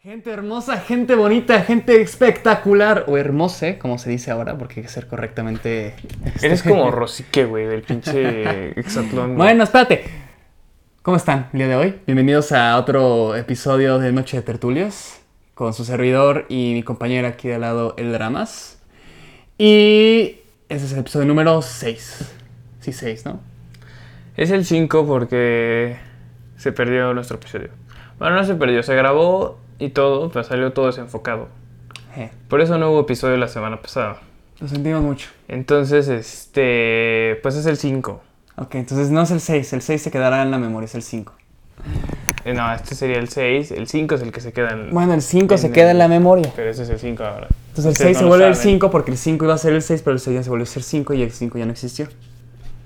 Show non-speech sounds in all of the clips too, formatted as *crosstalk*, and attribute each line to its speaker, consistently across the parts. Speaker 1: Gente hermosa, gente bonita, gente espectacular o hermose, como se dice ahora, porque hay que ser correctamente. este, *laughs*
Speaker 2: Eres como Rosique, güey, del pinche Exatlón. güey.
Speaker 1: Bueno, espérate. ¿Cómo están el día de hoy? Bienvenidos a otro episodio de Noche de Tertulias con su servidor y mi compañera aquí de al lado, El Dramas. Y este es el episodio número 6. Sí, 6, ¿no?
Speaker 2: Es el 5 porque se perdió nuestro episodio. Bueno, no se perdió, se grabó y todo, pero salió todo desenfocado.
Speaker 1: Eh,
Speaker 2: Por eso no hubo episodio la semana pasada.
Speaker 1: lo sentimos mucho.
Speaker 2: Entonces, este, pues es el 5.
Speaker 1: Ok, entonces no es el 6, el 6 se quedará en la memoria, es el 5.
Speaker 2: Eh, No, este sería el 6, el 5 es el que se queda en...
Speaker 1: Bueno, el 5 se
Speaker 2: En
Speaker 1: queda
Speaker 2: el-
Speaker 1: en la memoria.
Speaker 2: Pero ese es el 5 ahora.
Speaker 1: Entonces el
Speaker 2: Ustedes
Speaker 1: 6
Speaker 2: no
Speaker 1: se
Speaker 2: lo
Speaker 1: vuelve el
Speaker 2: saben.
Speaker 1: 5 porque el 5 iba a ser el 6, pero el 6 ya se volvió a ser 5 y el 5 ya no existió.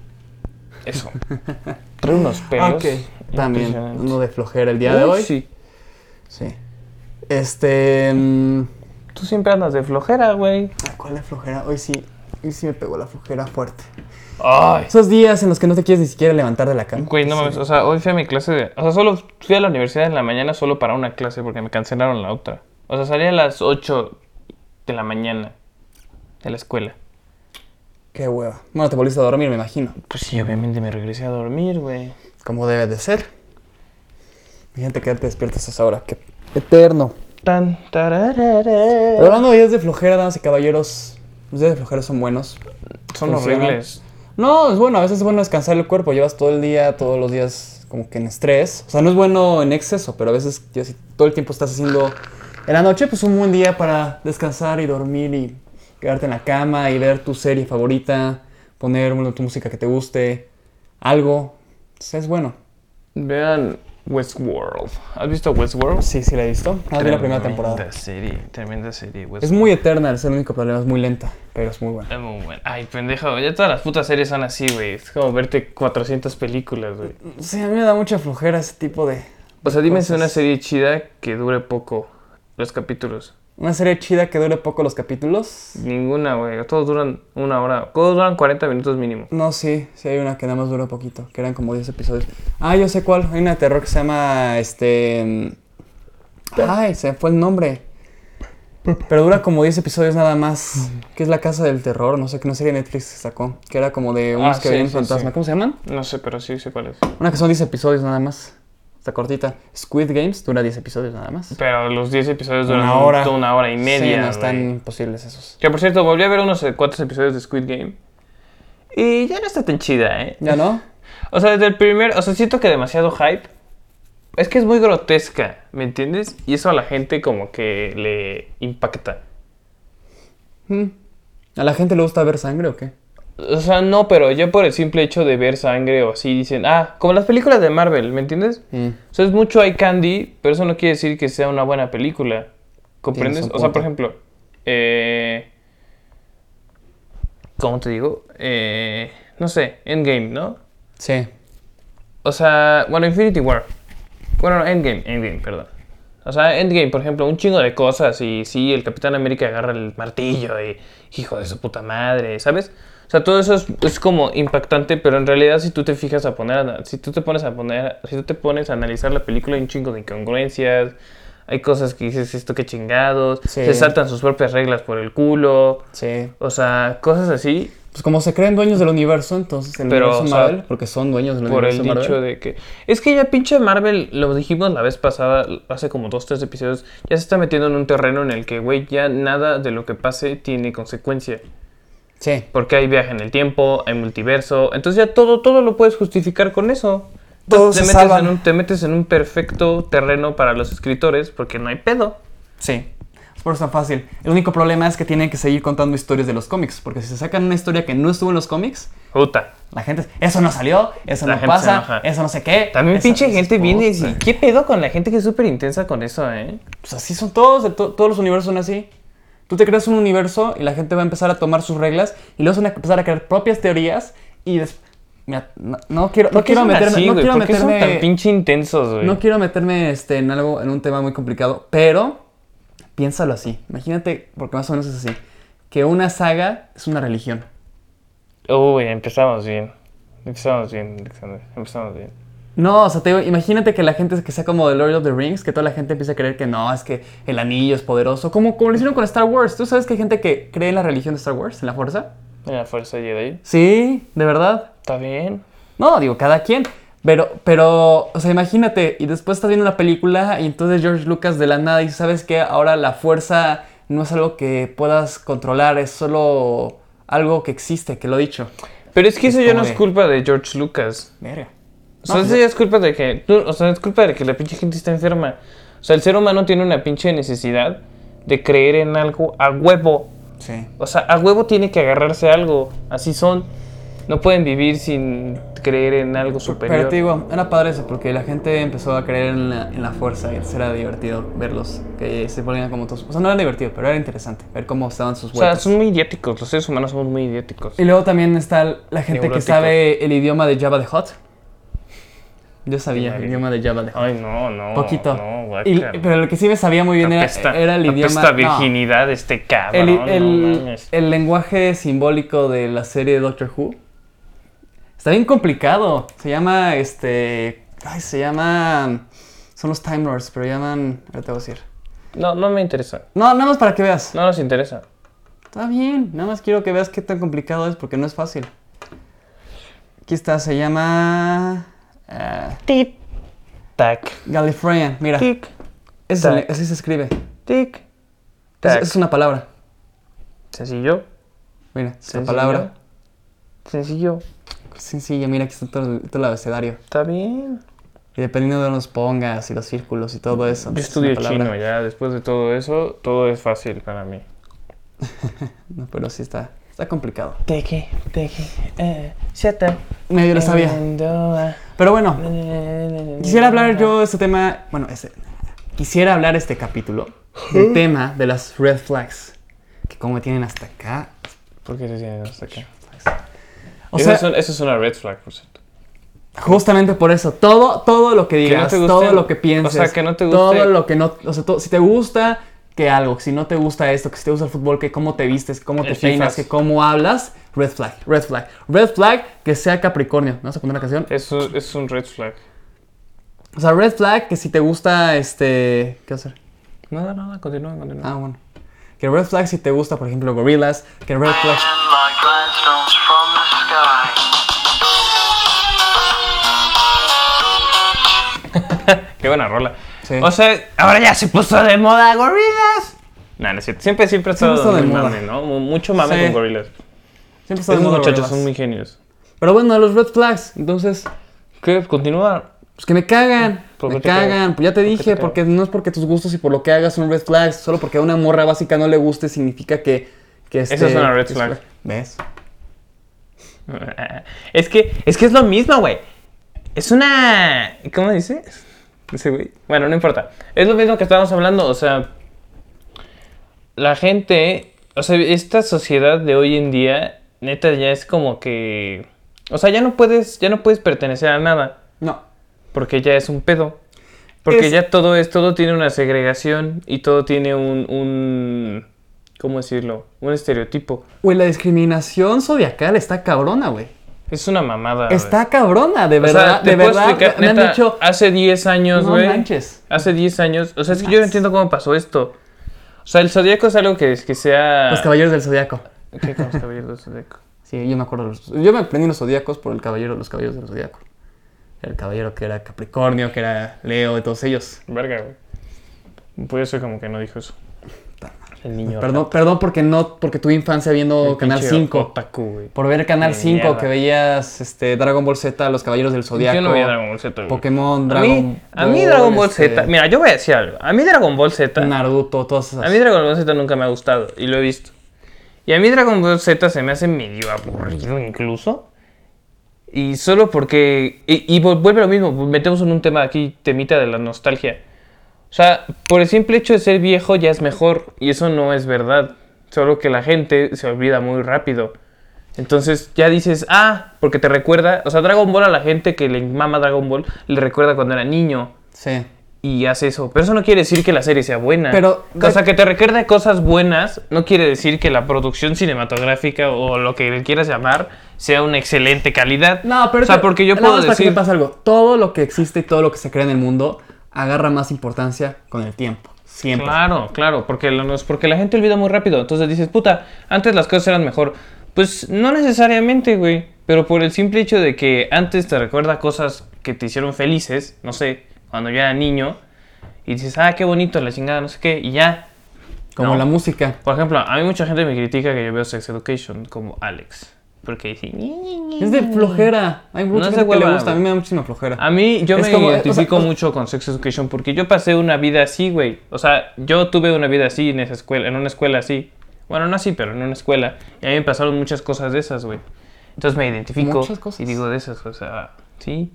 Speaker 1: *laughs*
Speaker 2: Eso. Trae unos pelos.
Speaker 1: También,
Speaker 2: impresionantes.
Speaker 1: uno de flojera el día de
Speaker 2: Ah, Uy,
Speaker 1: hoy.
Speaker 2: Sí.
Speaker 1: Sí. Este. mm,
Speaker 2: Tú siempre andas de flojera, güey.
Speaker 1: ah, ¿Cuál es la flojera? Hoy sí. Hoy sí me pegó la flojera fuerte.
Speaker 2: Ay.
Speaker 1: Esos días en los que no te quieres ni siquiera levantar de la cama.
Speaker 2: Güey, no mames, o sea, hoy fui a mi clase de... O sea, solo fui a la universidad en la mañana solo para una clase porque me cancelaron la otra. O sea, salí a las 8 de la mañana de la escuela.
Speaker 1: Qué hueva. Bueno, te volviste a dormir, me imagino.
Speaker 2: Pues sí, obviamente me regresé a dormir, güey.
Speaker 1: Como debe de ser. Imagínate quedarte despierto a esa hora. Qué eterno.
Speaker 2: Tan,
Speaker 1: Pero
Speaker 2: tararara.
Speaker 1: hablando de días de flojera, damas y caballeros, los días de flojera son buenos.
Speaker 2: Son
Speaker 1: Funcionan.
Speaker 2: horribles.
Speaker 1: No, es bueno, a veces es bueno descansar el cuerpo, llevas todo el día, todos los días como que en estrés. O sea, no es bueno en exceso, pero a veces ya si todo el tiempo estás haciendo en la noche, pues un buen día para descansar y dormir y quedarte en la cama y ver tu serie favorita, poner bueno, tu música que te guste, algo. Entonces, es bueno.
Speaker 2: Vean Westworld. ¿Has visto Westworld?
Speaker 1: Sí, sí la he visto. Ah, vi la primera temporada.
Speaker 2: Tremenda serie, tremenda serie, Westworld.
Speaker 1: Es muy eterna, es el único problema, es muy lenta, pero es muy buena.
Speaker 2: Es muy buena. Ay, pendejo, ya todas las putas series son así, güey. Es como verte 400 películas, güey.
Speaker 1: Sí, a mí me da mucha flojera ese tipo de...
Speaker 2: O sea, dime si una
Speaker 1: Entonces-
Speaker 2: serie chida que dure poco los capítulos.
Speaker 1: Una serie chida que dure poco los capítulos.
Speaker 2: Ninguna, güey. Todos duran una hora. Todos duran 40 minutos mínimo.
Speaker 1: No, sí, sí hay una que nada más dura poquito, que eran como 10 episodios. Ah, yo sé cuál, hay una de terror que se llama, este... mm, Ay, se me fue el nombre. Pero dura como 10 episodios nada más, que es La Casa del Terror, no sé, que no serie de Netflix que sacó, que era como de unos
Speaker 2: Ah,
Speaker 1: que
Speaker 2: sí,
Speaker 1: veían
Speaker 2: sí,
Speaker 1: fantasma.
Speaker 2: sí.
Speaker 1: ¿Cómo se llaman?
Speaker 2: No sé, pero sí sé cuál es.
Speaker 1: Una que son 10 episodios nada más, está cortita. Squid Games dura 10 episodios nada más.
Speaker 2: Pero los 10 episodios duran
Speaker 1: Una hora.
Speaker 2: toda una hora y media.
Speaker 1: Sí, no
Speaker 2: güey.
Speaker 1: están imposibles esos.
Speaker 2: Que por cierto, volví a ver unos eh, cuantos episodios de Squid Game. Y ya no está tan chida, ¿eh?
Speaker 1: ¿Ya no?
Speaker 2: O sea, desde el primer. O sea, siento que demasiado hype. Es que es muy grotesca, ¿me entiendes? Y eso a la gente como que le impacta.
Speaker 1: Mm. ¿A la gente le gusta ver sangre o qué?
Speaker 2: O sea, no, pero ya por el simple hecho de ver sangre o así dicen, ah, como las películas de Marvel, ¿me entiendes?
Speaker 1: Mm.
Speaker 2: O sea, es mucho eye candy, pero eso no quiere decir que sea una buena película. ¿Comprendes?
Speaker 1: Tienes un
Speaker 2: O sea, por
Speaker 1: punto.
Speaker 2: ejemplo, eh, ¿cómo te digo? Eh, no sé, Endgame, ¿no?
Speaker 1: Sí.
Speaker 2: O sea, bueno, Infinity War. Bueno, no, Endgame, Endgame, perdón. O sea, Endgame, por ejemplo, un chingo de cosas y sí, el Capitán América agarra el martillo y hijo de su puta madre, ¿sabes? O sea, todo eso es, es como impactante, pero en realidad si tú te fijas a poner, si tú te pones a poner, si tú te pones a analizar la película hay un chingo de incongruencias, hay cosas que dices esto que chingados,
Speaker 1: Sí.
Speaker 2: se saltan sus propias reglas por el culo,
Speaker 1: Sí.
Speaker 2: o sea, cosas así,
Speaker 1: Pues como se creen dueños del universo, entonces el
Speaker 2: Pero,
Speaker 1: universo
Speaker 2: o sea,
Speaker 1: Marvel, porque son dueños del
Speaker 2: Por el
Speaker 1: universo Marvel.
Speaker 2: dicho de que. Es que ya pinche Marvel, lo dijimos la vez pasada, hace como dos, tres episodios, ya se está metiendo en un terreno en el que, güey, ya nada de lo que pase tiene consecuencia.
Speaker 1: Sí.
Speaker 2: Porque hay viaje en el tiempo, hay multiverso. Entonces ya todo, todo lo puedes justificar con eso.
Speaker 1: Todos
Speaker 2: Entonces
Speaker 1: se
Speaker 2: te, metes
Speaker 1: salvan.
Speaker 2: en un, te metes en un perfecto terreno para los escritores porque no hay pedo.
Speaker 1: Sí. Es por eso tan fácil. El único problema es que tienen que seguir contando historias de los cómics, porque si se sacan una historia que no estuvo en los cómics,
Speaker 2: Puta.
Speaker 1: la gente, es, eso no salió, eso
Speaker 2: La
Speaker 1: no
Speaker 2: gente se
Speaker 1: pasa,
Speaker 2: enoja.
Speaker 1: eso no sé qué.
Speaker 2: También
Speaker 1: esa-
Speaker 2: pinche
Speaker 1: esa-
Speaker 2: gente viene y dice,
Speaker 1: puta.
Speaker 2: ¿qué pedo con la gente que es súper intensa con eso, eh?
Speaker 1: Pues así son todos, de to- todos los universos son así. Tú te creas un universo y la gente va a empezar a tomar sus reglas y luego van a empezar a crear propias teorías y después... Mira, no, no quiero, no
Speaker 2: ¿Por qué
Speaker 1: quiero
Speaker 2: son
Speaker 1: meterme,
Speaker 2: así,
Speaker 1: no
Speaker 2: güey?
Speaker 1: quiero
Speaker 2: ¿Por qué son
Speaker 1: meterme
Speaker 2: tan pinche intensos, güey?
Speaker 1: No quiero meterme este, en algo, en un tema muy complicado, pero piénsalo así. Imagínate, porque más o menos es así, que una saga es una religión.
Speaker 2: Uy, empezamos bien. Empezamos bien, Alexander. Empezamos bien.
Speaker 1: No, o sea, te digo, imagínate que la gente que sea como de Lord of the Rings, que toda la gente empieza a creer que no, es que el anillo es poderoso, como, como lo hicieron con Star Wars. ¿Tú sabes que hay gente que cree en la religión de Star Wars, en la fuerza?
Speaker 2: En la fuerza Jedi.
Speaker 1: Sí, de verdad.
Speaker 2: Está bien.
Speaker 1: No, digo, cada quien. Pero, pero, o sea, imagínate, y después estás viendo una película y entonces George Lucas de la nada dice, ¿sabes qué? Ahora la fuerza no es algo que puedas controlar, es solo algo que existe, que lo he dicho.
Speaker 2: Pero es que eso ya
Speaker 1: como
Speaker 2: no es
Speaker 1: de-
Speaker 2: culpa de George Lucas.
Speaker 1: Verga.
Speaker 2: O sea, eso ya es culpa de que. tú- o sea, es culpa de que la pinche gente está enferma. O sea, el ser humano tiene una pinche necesidad de creer en algo a huevo.
Speaker 1: Sí.
Speaker 2: O sea, a huevo tiene que agarrarse a algo. Así son. No pueden vivir sin creer en algo superior.
Speaker 1: Pero te digo, era padre eso, porque la gente empezó a creer en la, en la fuerza y entonces era divertido verlos, que se ponían como todos. O sea, no era divertido, pero era interesante ver cómo estaban sus
Speaker 2: o sea,
Speaker 1: huecos.
Speaker 2: son muy idióticos. Los seres humanos somos muy idióticos.
Speaker 1: Y luego también está la gente que
Speaker 2: Neuróticos.
Speaker 1: sabe el idioma de Java de Hot. Yo sabía el
Speaker 2: Madre.
Speaker 1: idioma de Java de Hot.
Speaker 2: Ay, no, no.
Speaker 1: Poquito.
Speaker 2: No,
Speaker 1: Y-
Speaker 2: guácala.
Speaker 1: pero lo que sí me sabía muy bien era,
Speaker 2: Apesta-
Speaker 1: era el idioma.
Speaker 2: apesta
Speaker 1: no,
Speaker 2: virginidad de este cabrón.
Speaker 1: el,
Speaker 2: no
Speaker 1: el-
Speaker 2: mames.
Speaker 1: el lenguaje simbólico de la serie de Doctor Who. Está bien complicado. Se llama este. Ay, se llama. Son los Time Lords, pero llaman. Ahora te voy a decir.
Speaker 2: No, no me interesa.
Speaker 1: No, nada más para que veas.
Speaker 2: No nos interesa.
Speaker 1: Está bien, nada más quiero que veas qué tan complicado es porque no es fácil. Aquí está, se llama. ah,
Speaker 2: Tic. Tac.
Speaker 1: Gallifreyan, mira. Ese
Speaker 2: Tic.
Speaker 1: es el-
Speaker 2: tac.
Speaker 1: así se escribe.
Speaker 2: Tic.
Speaker 1: Es,
Speaker 2: Tac.
Speaker 1: es una palabra.
Speaker 2: Sencillo.
Speaker 1: Mira, es una
Speaker 2: Sencillo.
Speaker 1: palabra.
Speaker 2: Sencillo.
Speaker 1: Sencilla, mira, aquí está todo el- todo el abecedario.
Speaker 2: Está bien.
Speaker 1: Y dependiendo de donde los pongas y los círculos y todo eso.
Speaker 2: Yo
Speaker 1: pues, es
Speaker 2: estudio
Speaker 1: una palabra.
Speaker 2: chino eh. ya. Después de todo eso, todo es fácil para mí.
Speaker 1: No, pero sí está, está complicado.
Speaker 2: Teque, teque, eh, ah, shata.
Speaker 1: Medio Eh,
Speaker 2: Eh,
Speaker 1: lo sabía. Pero bueno, quisiera hablar yo este tema. Bueno, este. Quisiera hablar este capítulo. El tema de las red flags. Que como tienen hasta acá.
Speaker 2: ¿Por qué se tienen hasta acá?
Speaker 1: O
Speaker 2: Eso
Speaker 1: sea,
Speaker 2: es un- eso es una red flag, por cierto.
Speaker 1: justamente por eso. Todo, todo lo que
Speaker 2: no
Speaker 1: digas,
Speaker 2: te guste,
Speaker 1: todo lo que
Speaker 2: o
Speaker 1: pienses.
Speaker 2: sea, que no te
Speaker 1: Todo
Speaker 2: guste.
Speaker 1: lo que no. O sea, todo- si te gusta que algo, si no te gusta esto, que si te gusta el fútbol, que cómo te vistes, que cómo te
Speaker 2: El
Speaker 1: peinas,
Speaker 2: fifas.
Speaker 1: que cómo hablas, red flag, red flag, red flag que sea Capricornio. ¿No vas a poner la canción?
Speaker 2: Eso es un red flag.
Speaker 1: O sea, red flag que si te gusta este. ¿Qué hacer?
Speaker 2: Nada, nada, continúa, continúa.
Speaker 1: Ah, bueno. Que red flag si te gusta, por ejemplo, gorilas. Que red flag.
Speaker 3: And like landstones from the sky.
Speaker 2: *laughs* Qué buena rola.
Speaker 1: Sí.
Speaker 2: O sea, ahora ya se puso de moda gorilas. Nah, no es cierto. Siempre, siempre ha
Speaker 1: Siempre
Speaker 2: estado
Speaker 1: está de
Speaker 2: muy
Speaker 1: moda.
Speaker 2: mame, ¿no? Mu- Mucho mame
Speaker 1: Sí.
Speaker 2: con gorilas.
Speaker 1: Siempre está de
Speaker 2: Esos
Speaker 1: moda
Speaker 2: muchachos
Speaker 1: gorilas.
Speaker 2: son muy genios.
Speaker 1: Pero bueno, los red flags. Entonces,
Speaker 2: ¿Qué? Continúa. *laughs*
Speaker 1: pues que me cagan.
Speaker 2: ¿Por qué
Speaker 1: me
Speaker 2: te cagan?
Speaker 1: cagan. Pues ya te
Speaker 2: ¿Por qué te
Speaker 1: dije,
Speaker 2: cagan?
Speaker 1: porque no es porque tus gustos y por lo que hagas son red flags. Solo porque a una morra básica no le guste significa que. que
Speaker 2: Esa
Speaker 1: este-
Speaker 2: es una red
Speaker 1: que
Speaker 2: flag.
Speaker 1: ¿Ves?
Speaker 2: Es que, es que es lo mismo, güey. Es una. ¿Cómo dice? Ese güey. Bueno, no importa. Es lo mismo que estábamos hablando. O sea. La gente. O sea, esta sociedad de hoy en día. Neta, ya es como que. O sea, ya no puedes. Ya no puedes pertenecer a nada.
Speaker 1: No.
Speaker 2: Porque ya es un pedo. Porque
Speaker 1: Es-
Speaker 2: ya todo es, todo tiene una segregación y todo tiene un, un ¿cómo decirlo? un estereotipo.
Speaker 1: Güey, la discriminación zodiacal está cabrona, güey.
Speaker 2: Es una mamada. güey.
Speaker 1: Está cabrona, de
Speaker 2: O sea,
Speaker 1: verdad.
Speaker 2: te
Speaker 1: de
Speaker 2: puedo
Speaker 1: verdad.
Speaker 2: explicar,
Speaker 1: me han
Speaker 2: neta,
Speaker 1: dicho.
Speaker 2: hace 10 años,
Speaker 1: No
Speaker 2: güey.
Speaker 1: manches.
Speaker 2: Hace 10 años. O sea, es que yo no entiendo cómo pasó esto. O sea, el zodiaco es algo que, que sea.
Speaker 1: Los caballeros del zodiaco.
Speaker 2: ¿Qué con los caballeros del zodiaco?
Speaker 1: Sí, yo me acuerdo. de los- yo me aprendí los zodiacos por el caballero, los caballeros del zodiaco. El caballero que era Capricornio, que era Leo, de todos ellos.
Speaker 2: Verga, güey. Por eso como que no dijo eso. El niño.
Speaker 1: Perdón, perdón porque no, porque tuve infancia viendo Canal 5.
Speaker 2: Otaku, güey.
Speaker 1: Por ver Canal
Speaker 2: De
Speaker 1: 5
Speaker 2: mierda.
Speaker 1: que veías este, Dragon Ball Z, los caballeros del zodiaco.
Speaker 2: Yo no veía Dragon Ball Z, güey.
Speaker 1: Pokémon,
Speaker 2: A
Speaker 1: Dragon este,
Speaker 2: mí, a mí Dragon Ball Z. Mira, yo voy a decir algo. A mí Dragon Ball Z.
Speaker 1: Naruto, todas esas.
Speaker 2: A mí Dragon Ball Z nunca me ha gustado y lo he visto. Y a mí Dragon Ball Z se me hace medio aburrido incluso. Y solo porque... Y, y vol- vuelve lo mismo, metemos en un tema aquí, temita de la nostalgia. O sea, por el simple hecho de ser viejo ya es mejor y eso no es verdad. Solo que la gente se olvida muy rápido. Entonces ya dices, ah, porque te recuerda... O sea, Dragon Ball a la gente que le mama Dragon Ball le recuerda cuando era niño.
Speaker 1: Sí.
Speaker 2: y hace eso. Pero eso no quiere decir que la serie sea buena.
Speaker 1: Pero-
Speaker 2: o sea, que te recuerde cosas buenas no quiere decir que la producción cinematográfica o lo que le quieras llamar sea una excelente calidad.
Speaker 1: No, pero
Speaker 2: o sea,
Speaker 1: es que-
Speaker 2: porque yo
Speaker 1: nada
Speaker 2: puedo
Speaker 1: más para que
Speaker 2: decir,
Speaker 1: sepas algo. Todo lo que existe y todo lo que se crea en el mundo agarra más importancia con el tiempo. Siempre.
Speaker 2: Claro, claro, porque, lo- nos- porque la gente olvida muy rápido. Entonces dices, puta, antes las cosas eran mejor. Pues no necesariamente, güey. Pero por el simple hecho de que antes te recuerda cosas que te hicieron felices, no sé, cuando yo era niño, y dices, ah, qué bonito, la chingada, no sé qué, y ya.
Speaker 1: Como
Speaker 2: No.
Speaker 1: la música.
Speaker 2: Por ejemplo, a mí mucha gente me critica que yo veo Sex Education como Alex. Porque dice,
Speaker 1: Es de flojera. Hay mucha
Speaker 2: es de
Speaker 1: gente que le
Speaker 2: hueva,
Speaker 1: gusta. A mí
Speaker 2: güey.
Speaker 1: me da muchísima flojera.
Speaker 2: A mí yo
Speaker 1: Es
Speaker 2: me
Speaker 1: como- o sea,
Speaker 2: identifico
Speaker 1: o-
Speaker 2: mucho con Sex Education porque yo pasé una vida así, güey. O sea, yo tuve una vida así en esa escuela, en una escuela así. Bueno, no así, pero en una escuela. Y a mí me pasaron muchas cosas de esas, güey. Entonces me identifico
Speaker 1: Muchas cosas.
Speaker 2: y digo de esas, o sea, sí.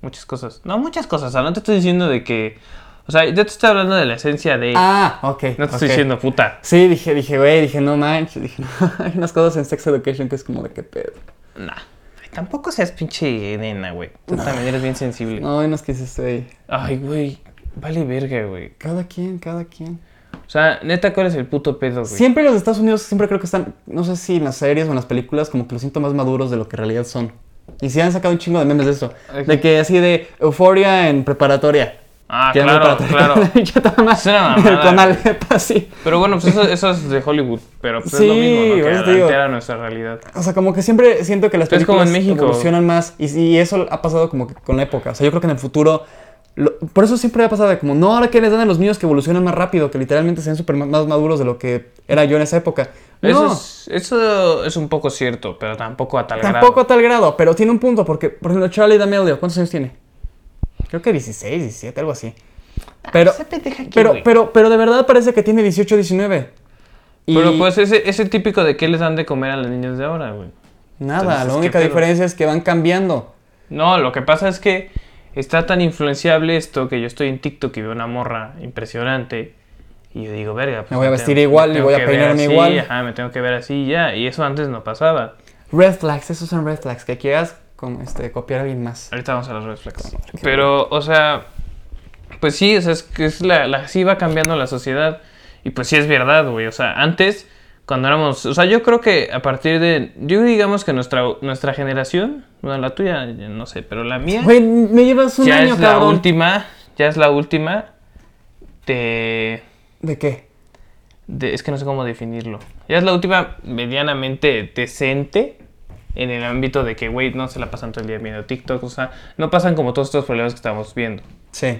Speaker 2: Muchas cosas. No, muchas cosas. O sea, no te estoy diciendo de que... O sea, yo te estoy hablando de la esencia de...
Speaker 1: Ah, ok.
Speaker 2: no te estoy
Speaker 1: ok.
Speaker 2: diciendo puta.
Speaker 1: Sí, dije, dije, güey, dije, no manches. Dije, *laughs* no, hay unas cosas en Sex Education que es como de qué pedo.
Speaker 2: Nah. Ay, Tampoco seas pinche nena, güey. Tú también eres bien sensible.
Speaker 1: No, hay unas que dices, "Ey,
Speaker 2: Ay, güey. Vale verga, güey.
Speaker 1: cada quien, cada quien.
Speaker 2: O sea, neta, ¿cuál es el puto pedo, güey?
Speaker 1: Siempre los de Estados Unidos siempre creo que están, no sé si en las series o en las películas, como que los siento más maduros de lo que en realidad son. Y sí han sacado un chingo de memes de eso.
Speaker 2: Ok.
Speaker 1: De que así de euforia en preparatoria.
Speaker 2: Ah,
Speaker 1: Que
Speaker 2: claro,
Speaker 1: en preparatoria. *laughs*
Speaker 2: claro.
Speaker 1: Yo nada más
Speaker 2: Es una
Speaker 1: en el
Speaker 2: mamada,
Speaker 1: Conalep, *laughs* así.
Speaker 2: Pero bueno, pues eso, eso es de Hollywood, pero pues es lo
Speaker 1: Sí,
Speaker 2: mismo, ¿no?
Speaker 1: por
Speaker 2: Que
Speaker 1: eso te digo.
Speaker 2: altera nuestra realidad.
Speaker 1: O sea, como que siempre siento que las
Speaker 2: Es como
Speaker 1: películas
Speaker 2: en México.
Speaker 1: evolucionan más. Y, y eso ha pasado como que con la época. O sea, yo creo que en el futuro. lo- por eso siempre ha pasado de como, no, ahora que les dan a los niños que evolucionan más rápido, que literalmente sean súper ma- más maduros de lo que era yo en esa época.
Speaker 2: Eso,
Speaker 1: No.
Speaker 2: es, eso es un poco cierto, pero tampoco a tal
Speaker 1: Tampoco a
Speaker 2: grado.
Speaker 1: tal grado, pero tiene un punto, porque, por ejemplo, Charlie D'Amelio, ¿cuántos años tiene? Creo que 16, 17, algo así. Pero,
Speaker 2: esa pendeja aquí,
Speaker 1: pero,
Speaker 2: güey.
Speaker 1: pero, pero de verdad parece que tiene 18, 19. Y
Speaker 2: Pero pues ese, ese típico de qué les dan de comer a los niños de ahora, güey.
Speaker 1: nada,
Speaker 2: entonces,
Speaker 1: la
Speaker 2: ¿qué
Speaker 1: única
Speaker 2: pedo?
Speaker 1: diferencia es que van cambiando.
Speaker 2: No, lo que pasa es que está tan influenciable esto que yo estoy en TikTok y veo una morra impresionante y yo digo, verga, pues
Speaker 1: Me voy a
Speaker 2: tengo-
Speaker 1: vestir igual y
Speaker 2: tengo
Speaker 1: voy a
Speaker 2: que ver
Speaker 1: peinarme
Speaker 2: así,
Speaker 1: igual.
Speaker 2: Ajá, me tengo que ver así y ya. Y eso antes no pasaba.
Speaker 1: Red flags, esos son red flags, que quieras como, este, copiar a alguien más.
Speaker 2: Ahorita vamos a los red flags. Pero, o sea, pues sí, o sea, es que es la, la, sí va cambiando la sociedad. Y pues sí es verdad, güey. O sea, antes, cuando éramos. O sea, yo creo que a partir de. Yo digamos que nuestra, nuestra generación, bueno, la tuya, no sé, pero la mía.
Speaker 1: Güey, me llevas un
Speaker 2: ya
Speaker 1: año,
Speaker 2: es la
Speaker 1: cabrón.
Speaker 2: última. Ya es la última. De,
Speaker 1: ¿De qué?
Speaker 2: de- Es que no sé cómo definirlo. Ya es la última medianamente decente. En el ámbito de que, güey, no se la pasan todo el día viendo TikTok, o sea, no pasan como todos estos problemas que estamos viendo.
Speaker 1: Sí.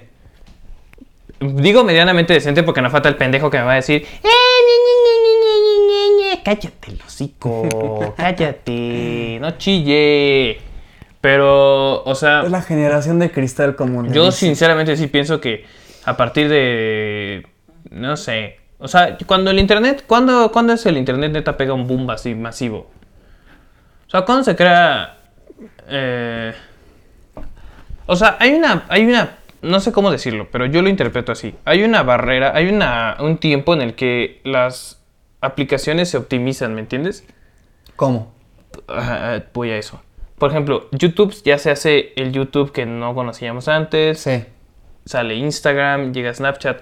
Speaker 2: Digo medianamente decente porque no falta el pendejo que me va a decir. "Eh, ñe, ñe, ñe, ñe, ñe, ñe, ñe, Cállate, el
Speaker 1: *laughs*
Speaker 2: hocico. Cállate. No chille. Pero, o sea,
Speaker 1: Es la generación de cristal común.
Speaker 2: yo sinceramente sí pienso que a partir de. No sé. O sea, cuando el internet. ¿Cuándo, cuándo es el internet neta pega un boom así masivo? O sea, ¿cuándo se crea. eh, o sea, hay una, hay una, no sé cómo decirlo, pero yo lo interpreto así. Hay una barrera, hay una, un tiempo en el que las aplicaciones se optimizan, ¿me entiendes?
Speaker 1: ¿Cómo?
Speaker 2: Ajá, voy a eso. Por ejemplo, YouTube ya se hace el YouTube que no conocíamos antes
Speaker 1: Sí.
Speaker 2: sale Instagram, llega Snapchat.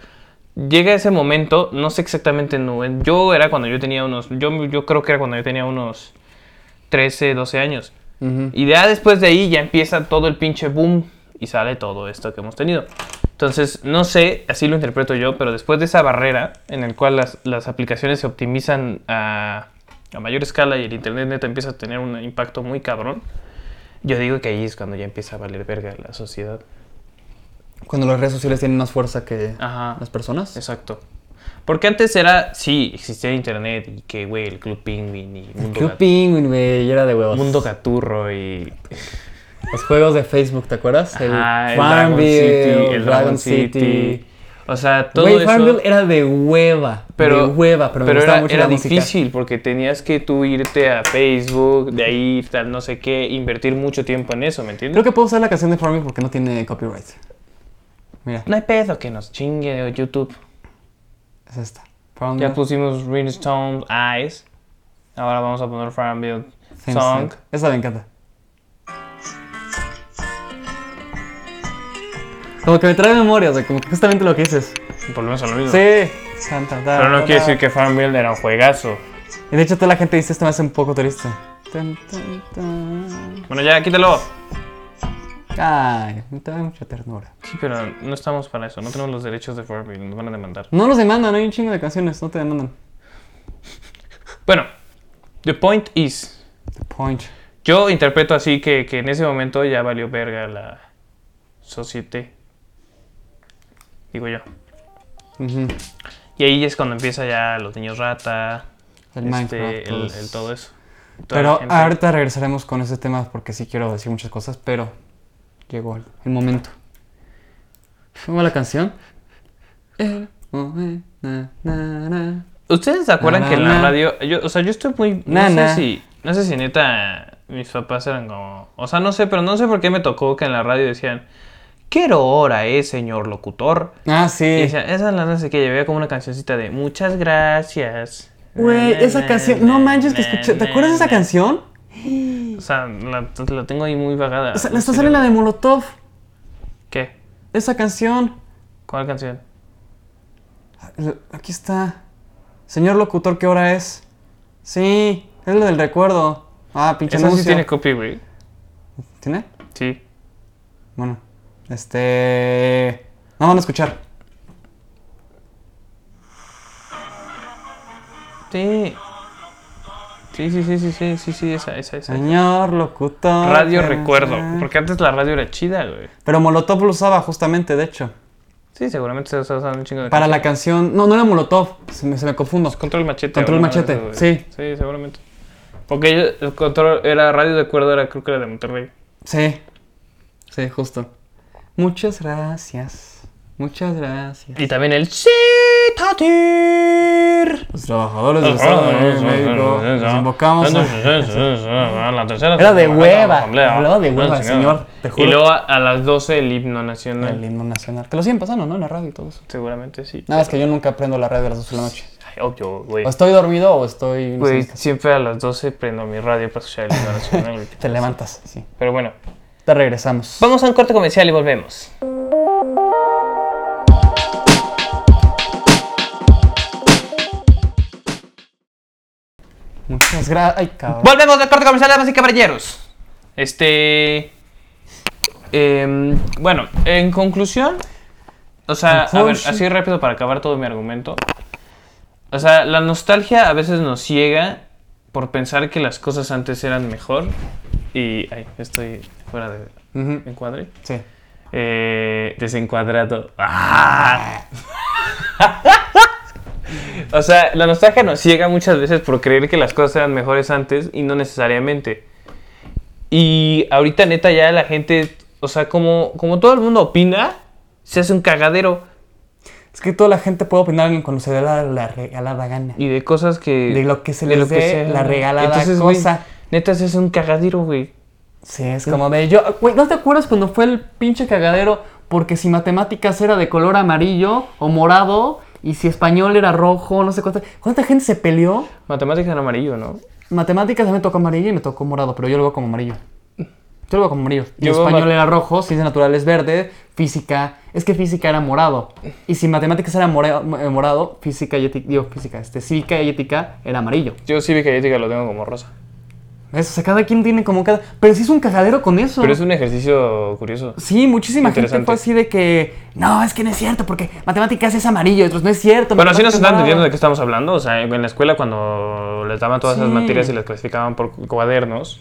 Speaker 2: Llega ese momento, no sé exactamente, no, en- yo era cuando yo tenía unos, yo, yo creo que era cuando yo tenía unos 13, 12 años.
Speaker 1: Ujú.
Speaker 2: Y ya después de ahí ya empieza todo el pinche boom y sale todo esto que hemos tenido. Entonces, no sé, así lo interpreto yo, pero después de esa barrera en el cual las, las aplicaciones se optimizan a, a mayor escala y el Internet neta empieza a tener un impacto muy cabrón, yo digo que ahí es cuando ya empieza a valer verga la sociedad.
Speaker 1: Cuando las redes sociales tienen más fuerza que
Speaker 2: Ajá.
Speaker 1: las personas.
Speaker 2: Exacto. Porque antes era, sí, existía internet y que, güey, el Club Penguin y Mundo,
Speaker 1: Club
Speaker 2: Gat-
Speaker 1: Penguin, güey, era de huevos.
Speaker 2: Mundo Gaturro y...
Speaker 1: Los juegos de Facebook, ¿te acuerdas?
Speaker 2: Ajá,
Speaker 1: Farmville,
Speaker 2: el Dragon City. O sea, todo
Speaker 1: Güey,
Speaker 2: eso...
Speaker 1: Farmville era de hueva.
Speaker 2: pero,
Speaker 1: de hueva, pero, me gustaba
Speaker 2: era,
Speaker 1: mucho
Speaker 2: era
Speaker 1: la música.
Speaker 2: difícil porque tenías que tú irte a Facebook, de ahí irte a no sé qué, invertir mucho tiempo en eso, ¿me entiendes?
Speaker 1: Creo que puedo usar la canción de Farmville porque no tiene copyright. Mira,
Speaker 2: No hay pedo que nos chingue YouTube.
Speaker 1: es esta. Farmville.
Speaker 2: Ya pusimos Rhinestone Eyes. E Ahora vamos a poner Farmville
Speaker 1: Theme
Speaker 2: Song.
Speaker 1: Esa me encanta. Como que me trae memoria, o sea, como que justamente lo que dices.
Speaker 2: Volvemos a lo mismo.
Speaker 1: Sí. Tan, tan, tan,
Speaker 2: Pero Ah, no
Speaker 1: tan,
Speaker 2: quiere
Speaker 1: tan.
Speaker 2: decir que Farmville era un juegazo.
Speaker 1: Y de hecho toda la gente dice esto me hace un poco triste. Tan, tan, tan.
Speaker 2: Bueno, ya, quítalo.
Speaker 1: Ay, me da mucha ternura.
Speaker 2: Sí, pero no estamos para eso. No tenemos los derechos de Farmville. Nos van a demandar.
Speaker 1: No nos demandan, hay un chingo de canciones, no te demandan.
Speaker 2: Bueno, the point is...
Speaker 1: The point.
Speaker 2: Yo interpreto así que, que en ese momento ya valió verga la societe. Digo yo.
Speaker 1: Ujú.
Speaker 2: Y ahí es cuando empieza ya los niños rata,
Speaker 1: El
Speaker 2: este,
Speaker 1: Minecraft.
Speaker 2: el,
Speaker 1: todos.
Speaker 2: el todo eso. Toda la
Speaker 1: Pero
Speaker 2: gente.
Speaker 1: ahorita regresaremos con ese tema porque sí quiero decir muchas cosas, pero llegó el, el momento. ¿Cómo va la canción? El momen- na, na, na.
Speaker 2: ¿Ustedes se acuerdan
Speaker 1: Na,
Speaker 2: que en la
Speaker 1: na.
Speaker 2: radio, yo, o sea, yo estoy muy, no
Speaker 1: Na,
Speaker 2: sé
Speaker 1: na.
Speaker 2: si, no sé si neta mis papás eran como, o sea, no sé, pero no sé por qué me tocó que en la radio decían, ¿qué hora es, señor locutor?
Speaker 1: Ah,
Speaker 2: Y
Speaker 1: sí.
Speaker 2: decían, esa es la no sé qué, y había como una cancioncita de, muchas gracias.
Speaker 1: Güey,
Speaker 2: Na, na,
Speaker 1: esa
Speaker 2: na,
Speaker 1: canción. No
Speaker 2: na,
Speaker 1: manches que
Speaker 2: na,
Speaker 1: escuché. ¿Te
Speaker 2: na,
Speaker 1: acuerdas de esa
Speaker 2: na.
Speaker 1: canción?
Speaker 2: O sea, la, la tengo ahí muy vagada.
Speaker 1: O sea, la está saliendo la de Molotov.
Speaker 2: ¿Qué?
Speaker 1: Esa canción.
Speaker 2: ¿Cuál canción?
Speaker 1: L- Aquí está. Señor locutor, ¿qué hora es? Sí, es lo del recuerdo. Ah, pinche
Speaker 2: Esa sí
Speaker 1: anuncio.
Speaker 2: tiene copyright.
Speaker 1: ¿Tiene?
Speaker 2: Sí.
Speaker 1: Bueno, este. No van a escuchar.
Speaker 2: Sí. Sí, sí, sí, sí, sí, sí, sí, esa, esa, esa.
Speaker 1: Señor locutor.
Speaker 2: Radio
Speaker 1: ¿qué
Speaker 2: Recuerdo.
Speaker 1: hora es?
Speaker 2: Porque antes la radio era chida, güey.
Speaker 1: Pero Molotov lo usaba justamente, de hecho.
Speaker 2: Sí, seguramente se usa un chingo de.
Speaker 1: Para la canción. No, no era Molotov. Se me, se me confundo.
Speaker 2: Control Machete.
Speaker 1: Control
Speaker 2: alguna de
Speaker 1: Machete,
Speaker 2: esas, güey.
Speaker 1: sí.
Speaker 2: Sí, seguramente. Porque ellos- el control era radio de cuerda, era creo que era de Monterrey.
Speaker 1: Sí. Sí, justo. Muchas gracias. Muchas gracias.
Speaker 2: Y también el Citatir.
Speaker 1: Los trabajadores del Estado de México. Los invocamos. a-
Speaker 2: Ah, La tercera
Speaker 1: Era de
Speaker 2: semana
Speaker 1: hueva.
Speaker 2: asamblea.
Speaker 1: Hablaba de hueva,
Speaker 2: Ah, chingada.
Speaker 1: señor, te juro.
Speaker 2: Y luego a, a las 12 el himno nacional.
Speaker 1: El himno nacional. Te lo siguen pasando, ¿no? En la radio y todo eso.
Speaker 2: Seguramente sí.
Speaker 1: Nada, es que yo nunca aprendo la radio a las 12 de la noche.
Speaker 2: Ay, obvio, güey.
Speaker 1: O estoy dormido o estoy.
Speaker 2: Güey, siempre a las 12 prendo mi radio para escuchar el himno nacional. güey.
Speaker 1: Te levantas, sí.
Speaker 2: Pero bueno.
Speaker 1: Te regresamos.
Speaker 2: Vamos a un corte comercial y volvemos.
Speaker 1: Muchas gracias. Ay, cabrón.
Speaker 2: Volvemos del corte comercial, damas y caballeros. Este. em, bueno, en conclusión. O sea, a ver,
Speaker 1: Conclusion.
Speaker 2: así rápido para acabar todo mi argumento. O sea, la nostalgia a veces nos ciega por pensar que las cosas antes eran mejor. Y. Ay, estoy fuera de
Speaker 1: Ujú,
Speaker 2: encuadre.
Speaker 1: Sí.
Speaker 2: Eh, desencuadrado. ¡Ah! *laughs* o sea, la nostalgia nos ciega muchas veces por creer que las cosas eran mejores antes y no necesariamente. Y ahorita neta ya la gente, o sea, como, como todo el mundo opina, se hace un cagadero
Speaker 1: Es que toda la gente puede opinar cuando se dé la, la regalada gana.
Speaker 2: y de cosas que...
Speaker 1: De lo que se
Speaker 2: de
Speaker 1: les
Speaker 2: lo
Speaker 1: dé
Speaker 2: sea.
Speaker 1: la regalada
Speaker 2: güey,
Speaker 1: cosa.
Speaker 2: neta se hace un cagadero, güey.
Speaker 1: Sí, es como de yo. Güey, ¿no te acuerdas cuando fue el pinche cagadero? Porque si matemáticas era de color amarillo o morado, y si español era rojo, no sé cuánta. ¿Cuánta gente se peleó?
Speaker 2: Matemáticas en amarillo, ¿no?
Speaker 1: Matemáticas a mí me tocó amarillo y me tocó morado, pero yo lo veo como amarillo. Yo lo veo como amarillo. Y
Speaker 2: Yo veo
Speaker 1: español
Speaker 2: ma-
Speaker 1: era rojo, ciencias naturales verde, física. Es que física era morado. Y si matemáticas era more- eh, morado, física y ética, digo, física, este, cívica y ética era amarillo.
Speaker 2: Yo cívica y ética lo tengo como rosa.
Speaker 1: Eso, o sea, cada quien tiene como cada. Pero sí es un cagadero con eso.
Speaker 2: Pero es un ejercicio curioso.
Speaker 1: Sí, muchísima gente
Speaker 2: Interesante.
Speaker 1: fue así de que. No, es que no es cierto, porque matemáticas es amarillo, y otros no es cierto.
Speaker 2: Bueno, sí
Speaker 1: matemáticas
Speaker 2: nos están
Speaker 1: morado".
Speaker 2: entendiendo de qué estamos hablando. O sea, en la escuela cuando les daban todas esas
Speaker 1: Sí.
Speaker 2: materias y las clasificaban por cuadernos,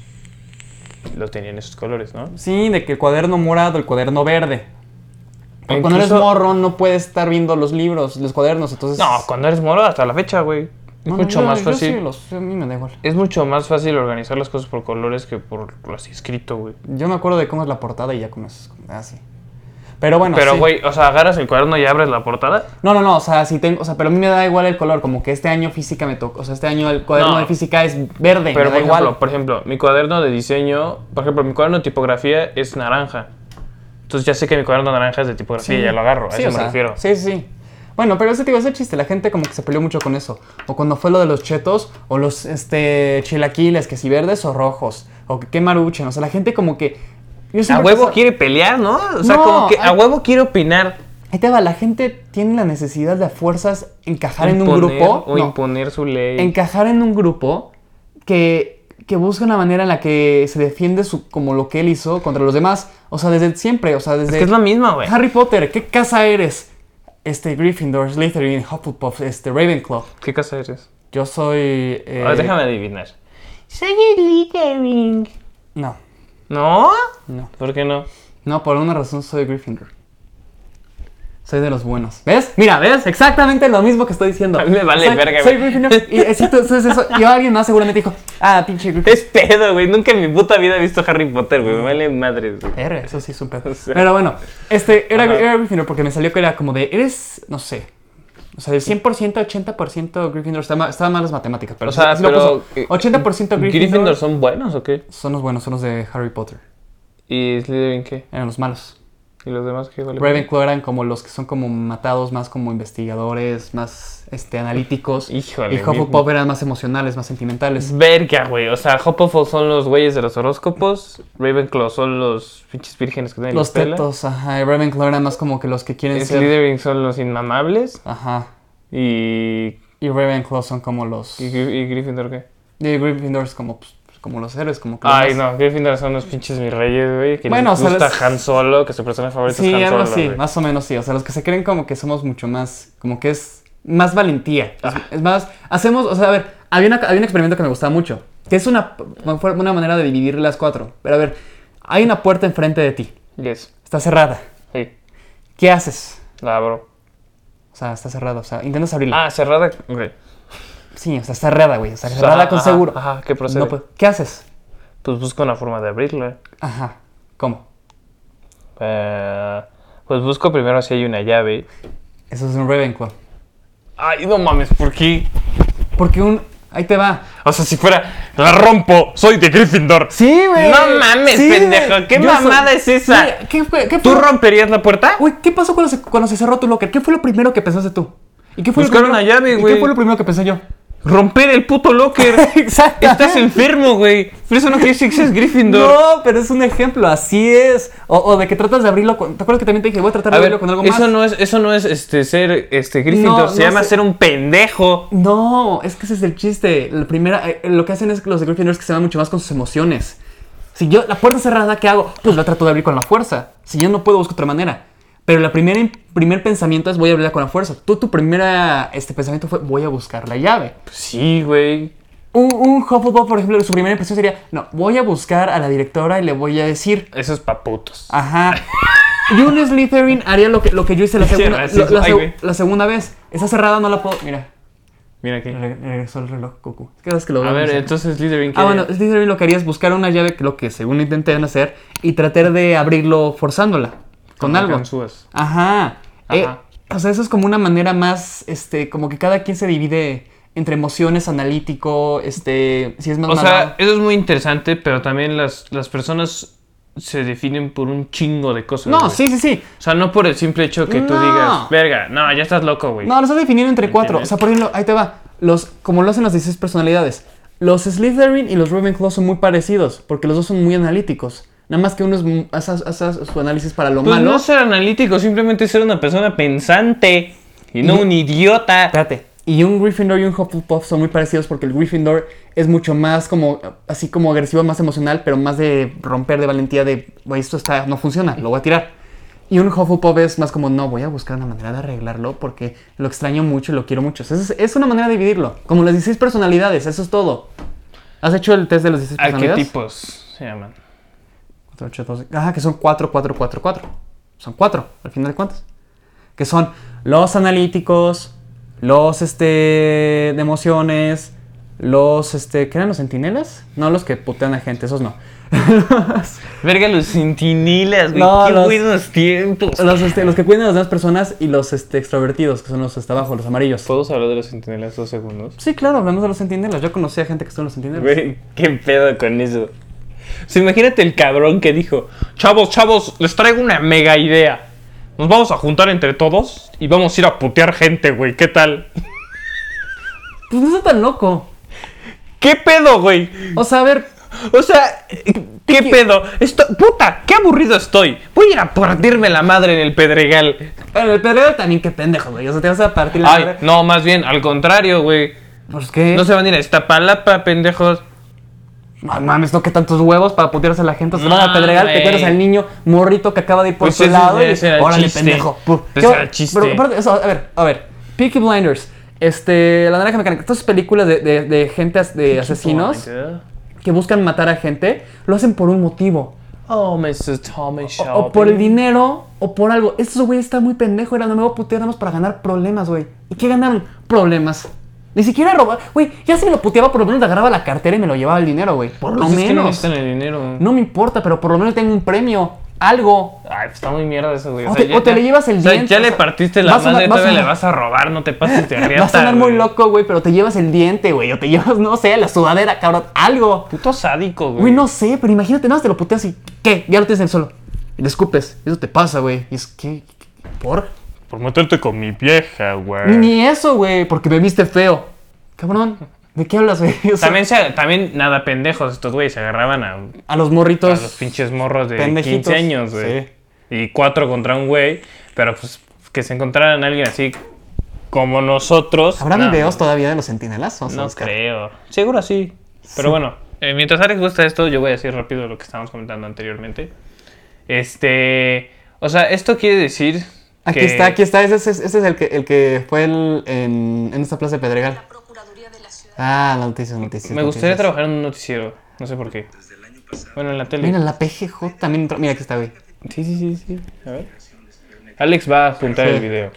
Speaker 2: lo tenían esos colores, ¿no?
Speaker 1: Sí, de que el cuaderno morado, el cuaderno verde. Porque cuando eres
Speaker 2: Incluso-
Speaker 1: morro pues- no puedes estar viendo los libros, los cuadernos, entonces...
Speaker 2: No, cuando eres moro hasta la fecha, güey. Es
Speaker 1: No, no,
Speaker 2: mucho
Speaker 1: yo-
Speaker 2: más
Speaker 1: yo
Speaker 2: fácil.
Speaker 1: sí los- a mí me da igual.
Speaker 2: Es mucho más fácil organizar las cosas por colores que por lo así escrito, güey.
Speaker 1: Yo me acuerdo de cómo es la portada y ya cómo es así. Pero bueno,
Speaker 2: Pero,
Speaker 1: Ah, sí.
Speaker 2: güey, o sea, agarras el cuaderno y abres la portada.
Speaker 1: No, no, no, o sea, sí tengo, o sea, pero a mí me da igual el color, como que este año física me tocó, o sea, este año el cuaderno
Speaker 2: No.
Speaker 1: de física es verde, me
Speaker 2: Pero,
Speaker 1: da
Speaker 2: por
Speaker 1: igual.
Speaker 2: ejemplo, por ejemplo, mi cuaderno de diseño, por ejemplo, mi cuaderno de tipografía es naranja. Entonces ya sé que mi cuaderno naranja es de tipografía y ya lo agarro. A
Speaker 1: Sí,
Speaker 2: eso
Speaker 1: o
Speaker 2: me
Speaker 1: sea,
Speaker 2: refiero.
Speaker 1: Sí, sí, sí. Bueno, pero ese tipo ese chiste, la gente como que se peleó mucho con eso. O cuando fue lo de los chetos, o los este chilaquiles, que si verdes o rojos, o que qué maruchan. O sea, la gente como que Yo
Speaker 2: A
Speaker 1: siempre
Speaker 2: huevo
Speaker 1: pensaba-
Speaker 2: quiere pelear, ¿no? O sea,
Speaker 1: No,
Speaker 2: como que a
Speaker 1: hay-
Speaker 2: huevo quiere opinar.
Speaker 1: Ahí te va, la gente tiene la necesidad de a fuerzas encajar en un
Speaker 2: imponer
Speaker 1: grupo.
Speaker 2: O
Speaker 1: no,
Speaker 2: imponer su ley.
Speaker 1: encajar en un grupo que, que busca una manera en la que se defiende su, como lo que él hizo contra los demás. O sea, desde siempre, o sea,
Speaker 2: es
Speaker 1: desde...
Speaker 2: que es la misma, güey.
Speaker 1: Harry Potter, ¿qué casa eres? Este, Gryffindor, Slytherin, Hufflepuff, este, Ravenclaw.
Speaker 2: ¿Qué casa eres?
Speaker 1: Yo soy... eh,
Speaker 2: A ver, déjame adivinar. Soy Slytherin.
Speaker 1: No,
Speaker 2: ¿No?
Speaker 1: no.
Speaker 2: ¿Por qué no?
Speaker 1: No, por una razón soy Gryffindor. Soy de los buenos. ¿Ves? Mira, ¿ves? Exactamente lo mismo que estoy diciendo.
Speaker 2: A mí me vale
Speaker 1: soy,
Speaker 2: verga,
Speaker 1: Soy
Speaker 2: güey.
Speaker 1: Gryffindor. Y, eh, sí, entonces eso, y alguien más seguramente dijo, ah, pinche Gryffindor.
Speaker 2: Es pedo, güey. Nunca en mi puta vida he visto Harry Potter, güey. Me vale madres, güey.
Speaker 1: Verga, eso sí es un
Speaker 2: *laughs*
Speaker 1: pedo.
Speaker 2: O sea.
Speaker 1: Pero bueno, este, era,
Speaker 2: Ajá.
Speaker 1: era Gryffindor porque me salió que era como de, eres, no sé. O sea, del 100%, 80% Gryffindor. Está ma- Estaban mal las matemáticas, pero.
Speaker 2: O sea,
Speaker 1: sí, lo
Speaker 2: pero-
Speaker 1: puso. 80% Gryffindor.
Speaker 2: ¿Gryffindor
Speaker 1: son...
Speaker 2: son buenos o qué?
Speaker 1: los buenos, son los de Harry Potter.
Speaker 2: ¿Y Slytherin qué?
Speaker 1: Eran los malos.
Speaker 2: ¿Y los demás qué? ¿Cuál es?
Speaker 1: Ravenclaw eran como los que son como matados, más como investigadores, más este, analíticos.
Speaker 2: Híjole,
Speaker 1: Y Hufflepuff eran más emocionales, más sentimentales.
Speaker 2: Verga, güey. O sea, Hufflepuff son los güeyes de los horóscopos. Ravenclaw son los pinches vírgenes que tienen
Speaker 1: Los
Speaker 2: la pela.
Speaker 1: tetos, ajá. Y Ravenclaw eran más como que los que quieren ser.
Speaker 2: Slytherin son los inmamables.
Speaker 1: Ajá.
Speaker 2: Y.
Speaker 1: Y Ravenclaw son como los.
Speaker 2: ¿Y, y Gryffindor qué?
Speaker 1: De Gryffindor es como, pues, como los héroes, como que
Speaker 2: Ay,
Speaker 1: los-
Speaker 2: no, Gryffindor son los pinches mis reyes, güey. Que
Speaker 1: Bueno,
Speaker 2: les
Speaker 1: o sea,
Speaker 2: gusta
Speaker 1: les-
Speaker 2: Han Solo, que su persona favorita
Speaker 1: Sí,
Speaker 2: es Han
Speaker 1: algo
Speaker 2: Solo.
Speaker 1: así,
Speaker 2: güey.
Speaker 1: más o menos sí. O sea, los que se creen como que somos mucho más, como que es más valentía. Es,
Speaker 2: Ah.
Speaker 1: es más, hacemos, o sea, a ver, había, una- había un experimento que me gustaba mucho, que es una, fue una manera de dividir las cuatro. Pero a ver, hay una puerta enfrente de ti,
Speaker 2: Yes.
Speaker 1: está cerrada.
Speaker 2: Sí,
Speaker 1: ¿Qué haces?
Speaker 2: la abro.
Speaker 1: O sea, está cerrada, o sea, intentas abrirla.
Speaker 2: Ah, cerrada. Ok.
Speaker 1: Sí, o sea, está cerrada, güey, o sea, cerrada con
Speaker 2: ajá,
Speaker 1: seguro.
Speaker 2: Ajá, ¿qué procede?
Speaker 1: No, pues, ¿qué haces?
Speaker 2: Pues busco una forma de abrirla.
Speaker 1: Ajá, ¿cómo?
Speaker 2: Eh, pues busco primero si hay una llave.
Speaker 1: Eso es un Ravenclaw.
Speaker 2: Ay, no mames, ¿por qué?
Speaker 1: Porque un, ahí te va.
Speaker 2: O sea, si fuera, la rompo, soy de Gryffindor.
Speaker 1: Sí, güey.
Speaker 2: No mames,
Speaker 1: Sí,
Speaker 2: pendejo,
Speaker 1: güey.
Speaker 2: ¿qué mamada es esa?
Speaker 1: Mira, ¿Qué fue? ¿Qué fue?
Speaker 2: ¿Tú romperías la puerta?
Speaker 1: Güey, ¿qué pasó cuando se, cuando se cerró tu locker? ¿Qué fue lo primero que pensaste tú? ¿Y qué fue
Speaker 2: Buscar
Speaker 1: lo primero-
Speaker 2: una llave,
Speaker 1: ¿y
Speaker 2: güey.
Speaker 1: ¿Qué fue lo primero que pensé yo?
Speaker 2: Romper el puto locker.
Speaker 1: *laughs* Exacto.
Speaker 2: Estás enfermo, güey. Por eso no quieres
Speaker 1: *laughs*
Speaker 2: que seas Gryffindor.
Speaker 1: No, pero es un ejemplo, así es. O, o de que tratas de abrirlo con. ¿Te acuerdas que también te dije, voy a tratar de
Speaker 2: A ver,
Speaker 1: abrirlo con algo más?
Speaker 2: eso no es, eso no es este, ser este, Gryffindor,
Speaker 1: No,
Speaker 2: se
Speaker 1: no
Speaker 2: llama
Speaker 1: sé.
Speaker 2: ser un pendejo.
Speaker 1: No, es que ese es el chiste. La primera, eh, lo que hacen es que los de Gryffindor es que se van mucho más con sus emociones. Si yo, la puerta cerrada, ¿qué hago? Pues la trato de abrir con la fuerza. Si yo no puedo, busco otra manera. Pero el primer, primer pensamiento es voy a abrirla con la fuerza. Tú, tu primera este, pensamiento fue voy a buscar la llave.
Speaker 2: Sí, güey.
Speaker 1: Un, un Hufflepuff, por ejemplo, su primera impresión sería, no, voy a buscar a la directora y le voy a decir,
Speaker 2: Eso es pa' putos.
Speaker 1: ajá. Y un Slytherin haría lo que, lo que yo hice la,
Speaker 2: *laughs* Sí,
Speaker 1: segunda,
Speaker 2: racismo.
Speaker 1: la- la
Speaker 2: Ay,
Speaker 1: seg-
Speaker 2: güey.
Speaker 1: la segunda vez. Está cerrada, no la puedo... Mira,
Speaker 2: Mira aquí.
Speaker 1: Re- regresó el reloj, Goku. Es que cada vez que lo
Speaker 2: A
Speaker 1: veo,
Speaker 2: ver,
Speaker 1: no sé.
Speaker 2: entonces Slytherin ¿qué
Speaker 1: Ah, bueno,
Speaker 2: haría?
Speaker 1: Slytherin lo que haría es buscar una llave, que lo que según intenté hacer, y tratar de abrirlo forzándola, con
Speaker 2: Como
Speaker 1: algo.
Speaker 2: ganzúas.
Speaker 1: Ajá.
Speaker 2: Ajá.
Speaker 1: Eh, o sea, eso es como una manera más, este, como que cada quien se divide entre emociones, analítico, este, si es más
Speaker 2: O
Speaker 1: malvado.
Speaker 2: sea, eso es muy interesante, pero también las, las personas se definen por un chingo de cosas.
Speaker 1: No,
Speaker 2: güey.
Speaker 1: sí, sí, sí.
Speaker 2: O sea, no por el simple hecho que tú
Speaker 1: No.
Speaker 2: digas, verga, no, ya estás loco, güey.
Speaker 1: No, los está definiendo entre cuatro. O
Speaker 2: ¿Entiendes?
Speaker 1: sea, por ejemplo, ahí te va. Los, como lo hacen las 16 personalidades. Los Slytherin y los Ravenclaw son muy parecidos, porque los dos son muy analíticos. Nada más que uno es m- hace, hace su análisis para lo
Speaker 2: pues
Speaker 1: malo.
Speaker 2: no ser analítico, simplemente ser una persona pensante y no
Speaker 1: Y-
Speaker 2: un idiota.
Speaker 1: Espérate. Y un Gryffindor y un Hufflepuff son muy parecidos porque el Gryffindor es mucho más como, así como agresivo, más emocional, pero más de romper, de valentía, de, güey, esto está, no funciona, lo voy a tirar. Y un Hufflepuff es más como, no, voy a buscar una manera de arreglarlo porque lo extraño mucho y lo quiero mucho. O sea, Es, es una manera de dividirlo. Como las 16 personalidades, eso es todo. ¿Has hecho el test de los 16 personalidades?
Speaker 2: Arquetipos se llaman.
Speaker 1: 4, 8, 12. Ajá, que son 4, 4, 4, 4. Son 4, al final de cuentas. Que son los analíticos, los este, de emociones, los. Este, ¿Qué eran los sentinelas? No, los que putean a gente, esos no.
Speaker 2: *laughs*
Speaker 1: los,
Speaker 2: Verga, los centinilas, güey.
Speaker 1: No,
Speaker 2: Qué
Speaker 1: los-
Speaker 2: buenos tiempos.
Speaker 1: los, este, los que cuidan a las demás personas y los este, extrovertidos, que son los hasta abajo, los amarillos.
Speaker 2: ¿Podemos hablar de los centinelas dos segundos?
Speaker 1: Sí, claro, hablamos de los sentinelas. Yo conocí a gente que estuvo en los sentinelas.
Speaker 2: Güey, qué pedo con eso. O sea, imagínate el cabrón que dijo, chavos, chavos, les traigo una mega idea. Nos vamos a juntar entre todos y vamos a ir a putear gente, güey. ¿Qué tal?
Speaker 1: Pues no está tan loco.
Speaker 2: ¿Qué pedo, güey?
Speaker 1: O sea, a ver,
Speaker 2: O sea, ¿qué pedo? Esto, puta, qué aburrido estoy. Voy a ir a partirme la madre en el Pedregal.
Speaker 1: Pero el pedreo también, qué pendejo, güey. O sea, te vas a partir la
Speaker 2: Ay,
Speaker 1: madre.
Speaker 2: no, más bien, al contrario, güey.
Speaker 1: Pues qué.
Speaker 2: No se van a ir a Iztapalapa, pendejos.
Speaker 1: No mames, no que tantos huevos para putearse a la gente. Se
Speaker 2: No,
Speaker 1: van a pedregal, te
Speaker 2: güey.
Speaker 1: encuentras al niño morrito que acaba de ir por
Speaker 2: Pues
Speaker 1: su
Speaker 2: ese-
Speaker 1: lado. y,
Speaker 2: ese era el
Speaker 1: Órale,
Speaker 2: chiste.
Speaker 1: pendejo. Puf.
Speaker 2: Ese
Speaker 1: ¿Qué
Speaker 2: era
Speaker 1: va-
Speaker 2: el chiste.
Speaker 1: Pero, aparte, eso, a ver, a ver. Peaky Blinders. Este, La Naranja Mecánica. Todas esas películas de, de, de gente, as- de asesinos
Speaker 2: ¿eh?
Speaker 1: que buscan matar a gente, lo hacen por un motivo.
Speaker 2: Oh, Mr. Tommy
Speaker 1: O,
Speaker 2: Shelby.
Speaker 1: o por el dinero, o por algo. Estos güey está muy pendejo. Era, no me voy a putear nada más para ganar problemas, güey. ¿Y qué ganaron? Problemas. Ni siquiera robar. Güey, ya si me lo puteaba, por lo menos le agarraba la cartera y me lo llevaba el dinero, güey. Por lo
Speaker 2: Pues es que no
Speaker 1: menos.
Speaker 2: necesitan el dinero.
Speaker 1: No me importa, pero por lo menos tengo un premio, algo.
Speaker 2: Ay, pues está muy mierda eso, güey.
Speaker 1: O te- o te le llevas el
Speaker 2: o sea,
Speaker 1: diente,
Speaker 2: Ya
Speaker 1: o
Speaker 2: le
Speaker 1: sea,
Speaker 2: partiste la
Speaker 1: vas a-
Speaker 2: madre,
Speaker 1: vas a-
Speaker 2: todavía le vas a robar, no te pases de
Speaker 1: *laughs*
Speaker 2: riata.
Speaker 1: Vas a andar muy
Speaker 2: güey.
Speaker 1: loco, güey, pero te llevas el diente, güey. O te *laughs* llevas, no sé, la sudadera, cabrón, algo.
Speaker 2: Puto sádico, güey.
Speaker 1: Güey, no sé, pero imagínate, nada más te lo puteas y ¿qué? Ya lo tienes en el suelo. Y le escupes. Eso te pasa, güey. Y es que. ¿Por?
Speaker 2: Por meterte con mi vieja, güey.
Speaker 1: Ni, ni eso, güey, porque me viste feo. Cabrón, ¿de qué hablas, güey? *laughs* O sea,
Speaker 2: También, se- también nada pendejos estos güeyes, se agarraban a,
Speaker 1: a los
Speaker 2: a
Speaker 1: morritos.
Speaker 2: los pinches morros de
Speaker 1: Pendejitos.
Speaker 2: 15 años, güey.
Speaker 1: Sí.
Speaker 2: Y cuatro contra un güey, pero pues que se encontraran alguien así como nosotros.
Speaker 1: ¿Habrá
Speaker 2: no,
Speaker 1: videos todavía de los sentinelas? Pues Vamos a
Speaker 2: No
Speaker 1: buscar.
Speaker 2: creo. Seguro sí. Pero bueno, eh, mientras Alex gusta esto, yo voy a decir rápido lo que estábamos comentando anteriormente. Este. O sea, esto quiere decir.
Speaker 1: Aquí
Speaker 2: que-
Speaker 1: está, aquí está. Ese, ese- ese es el que, el que fue el- en, en esta plaza de Pedregal.
Speaker 4: la Procuraduría de la Ciudad.
Speaker 1: Ah, noticias, noticias.
Speaker 2: Me gustaría
Speaker 1: noticias.
Speaker 2: trabajar en un noticiero. No sé por qué. Bueno, en la tele.
Speaker 1: Mira, la PGJ también entró. Mira, aquí está, güey.
Speaker 2: Sí, sí, sí, sí. A ver. Alex va a juntar
Speaker 1: Sí.
Speaker 2: el video.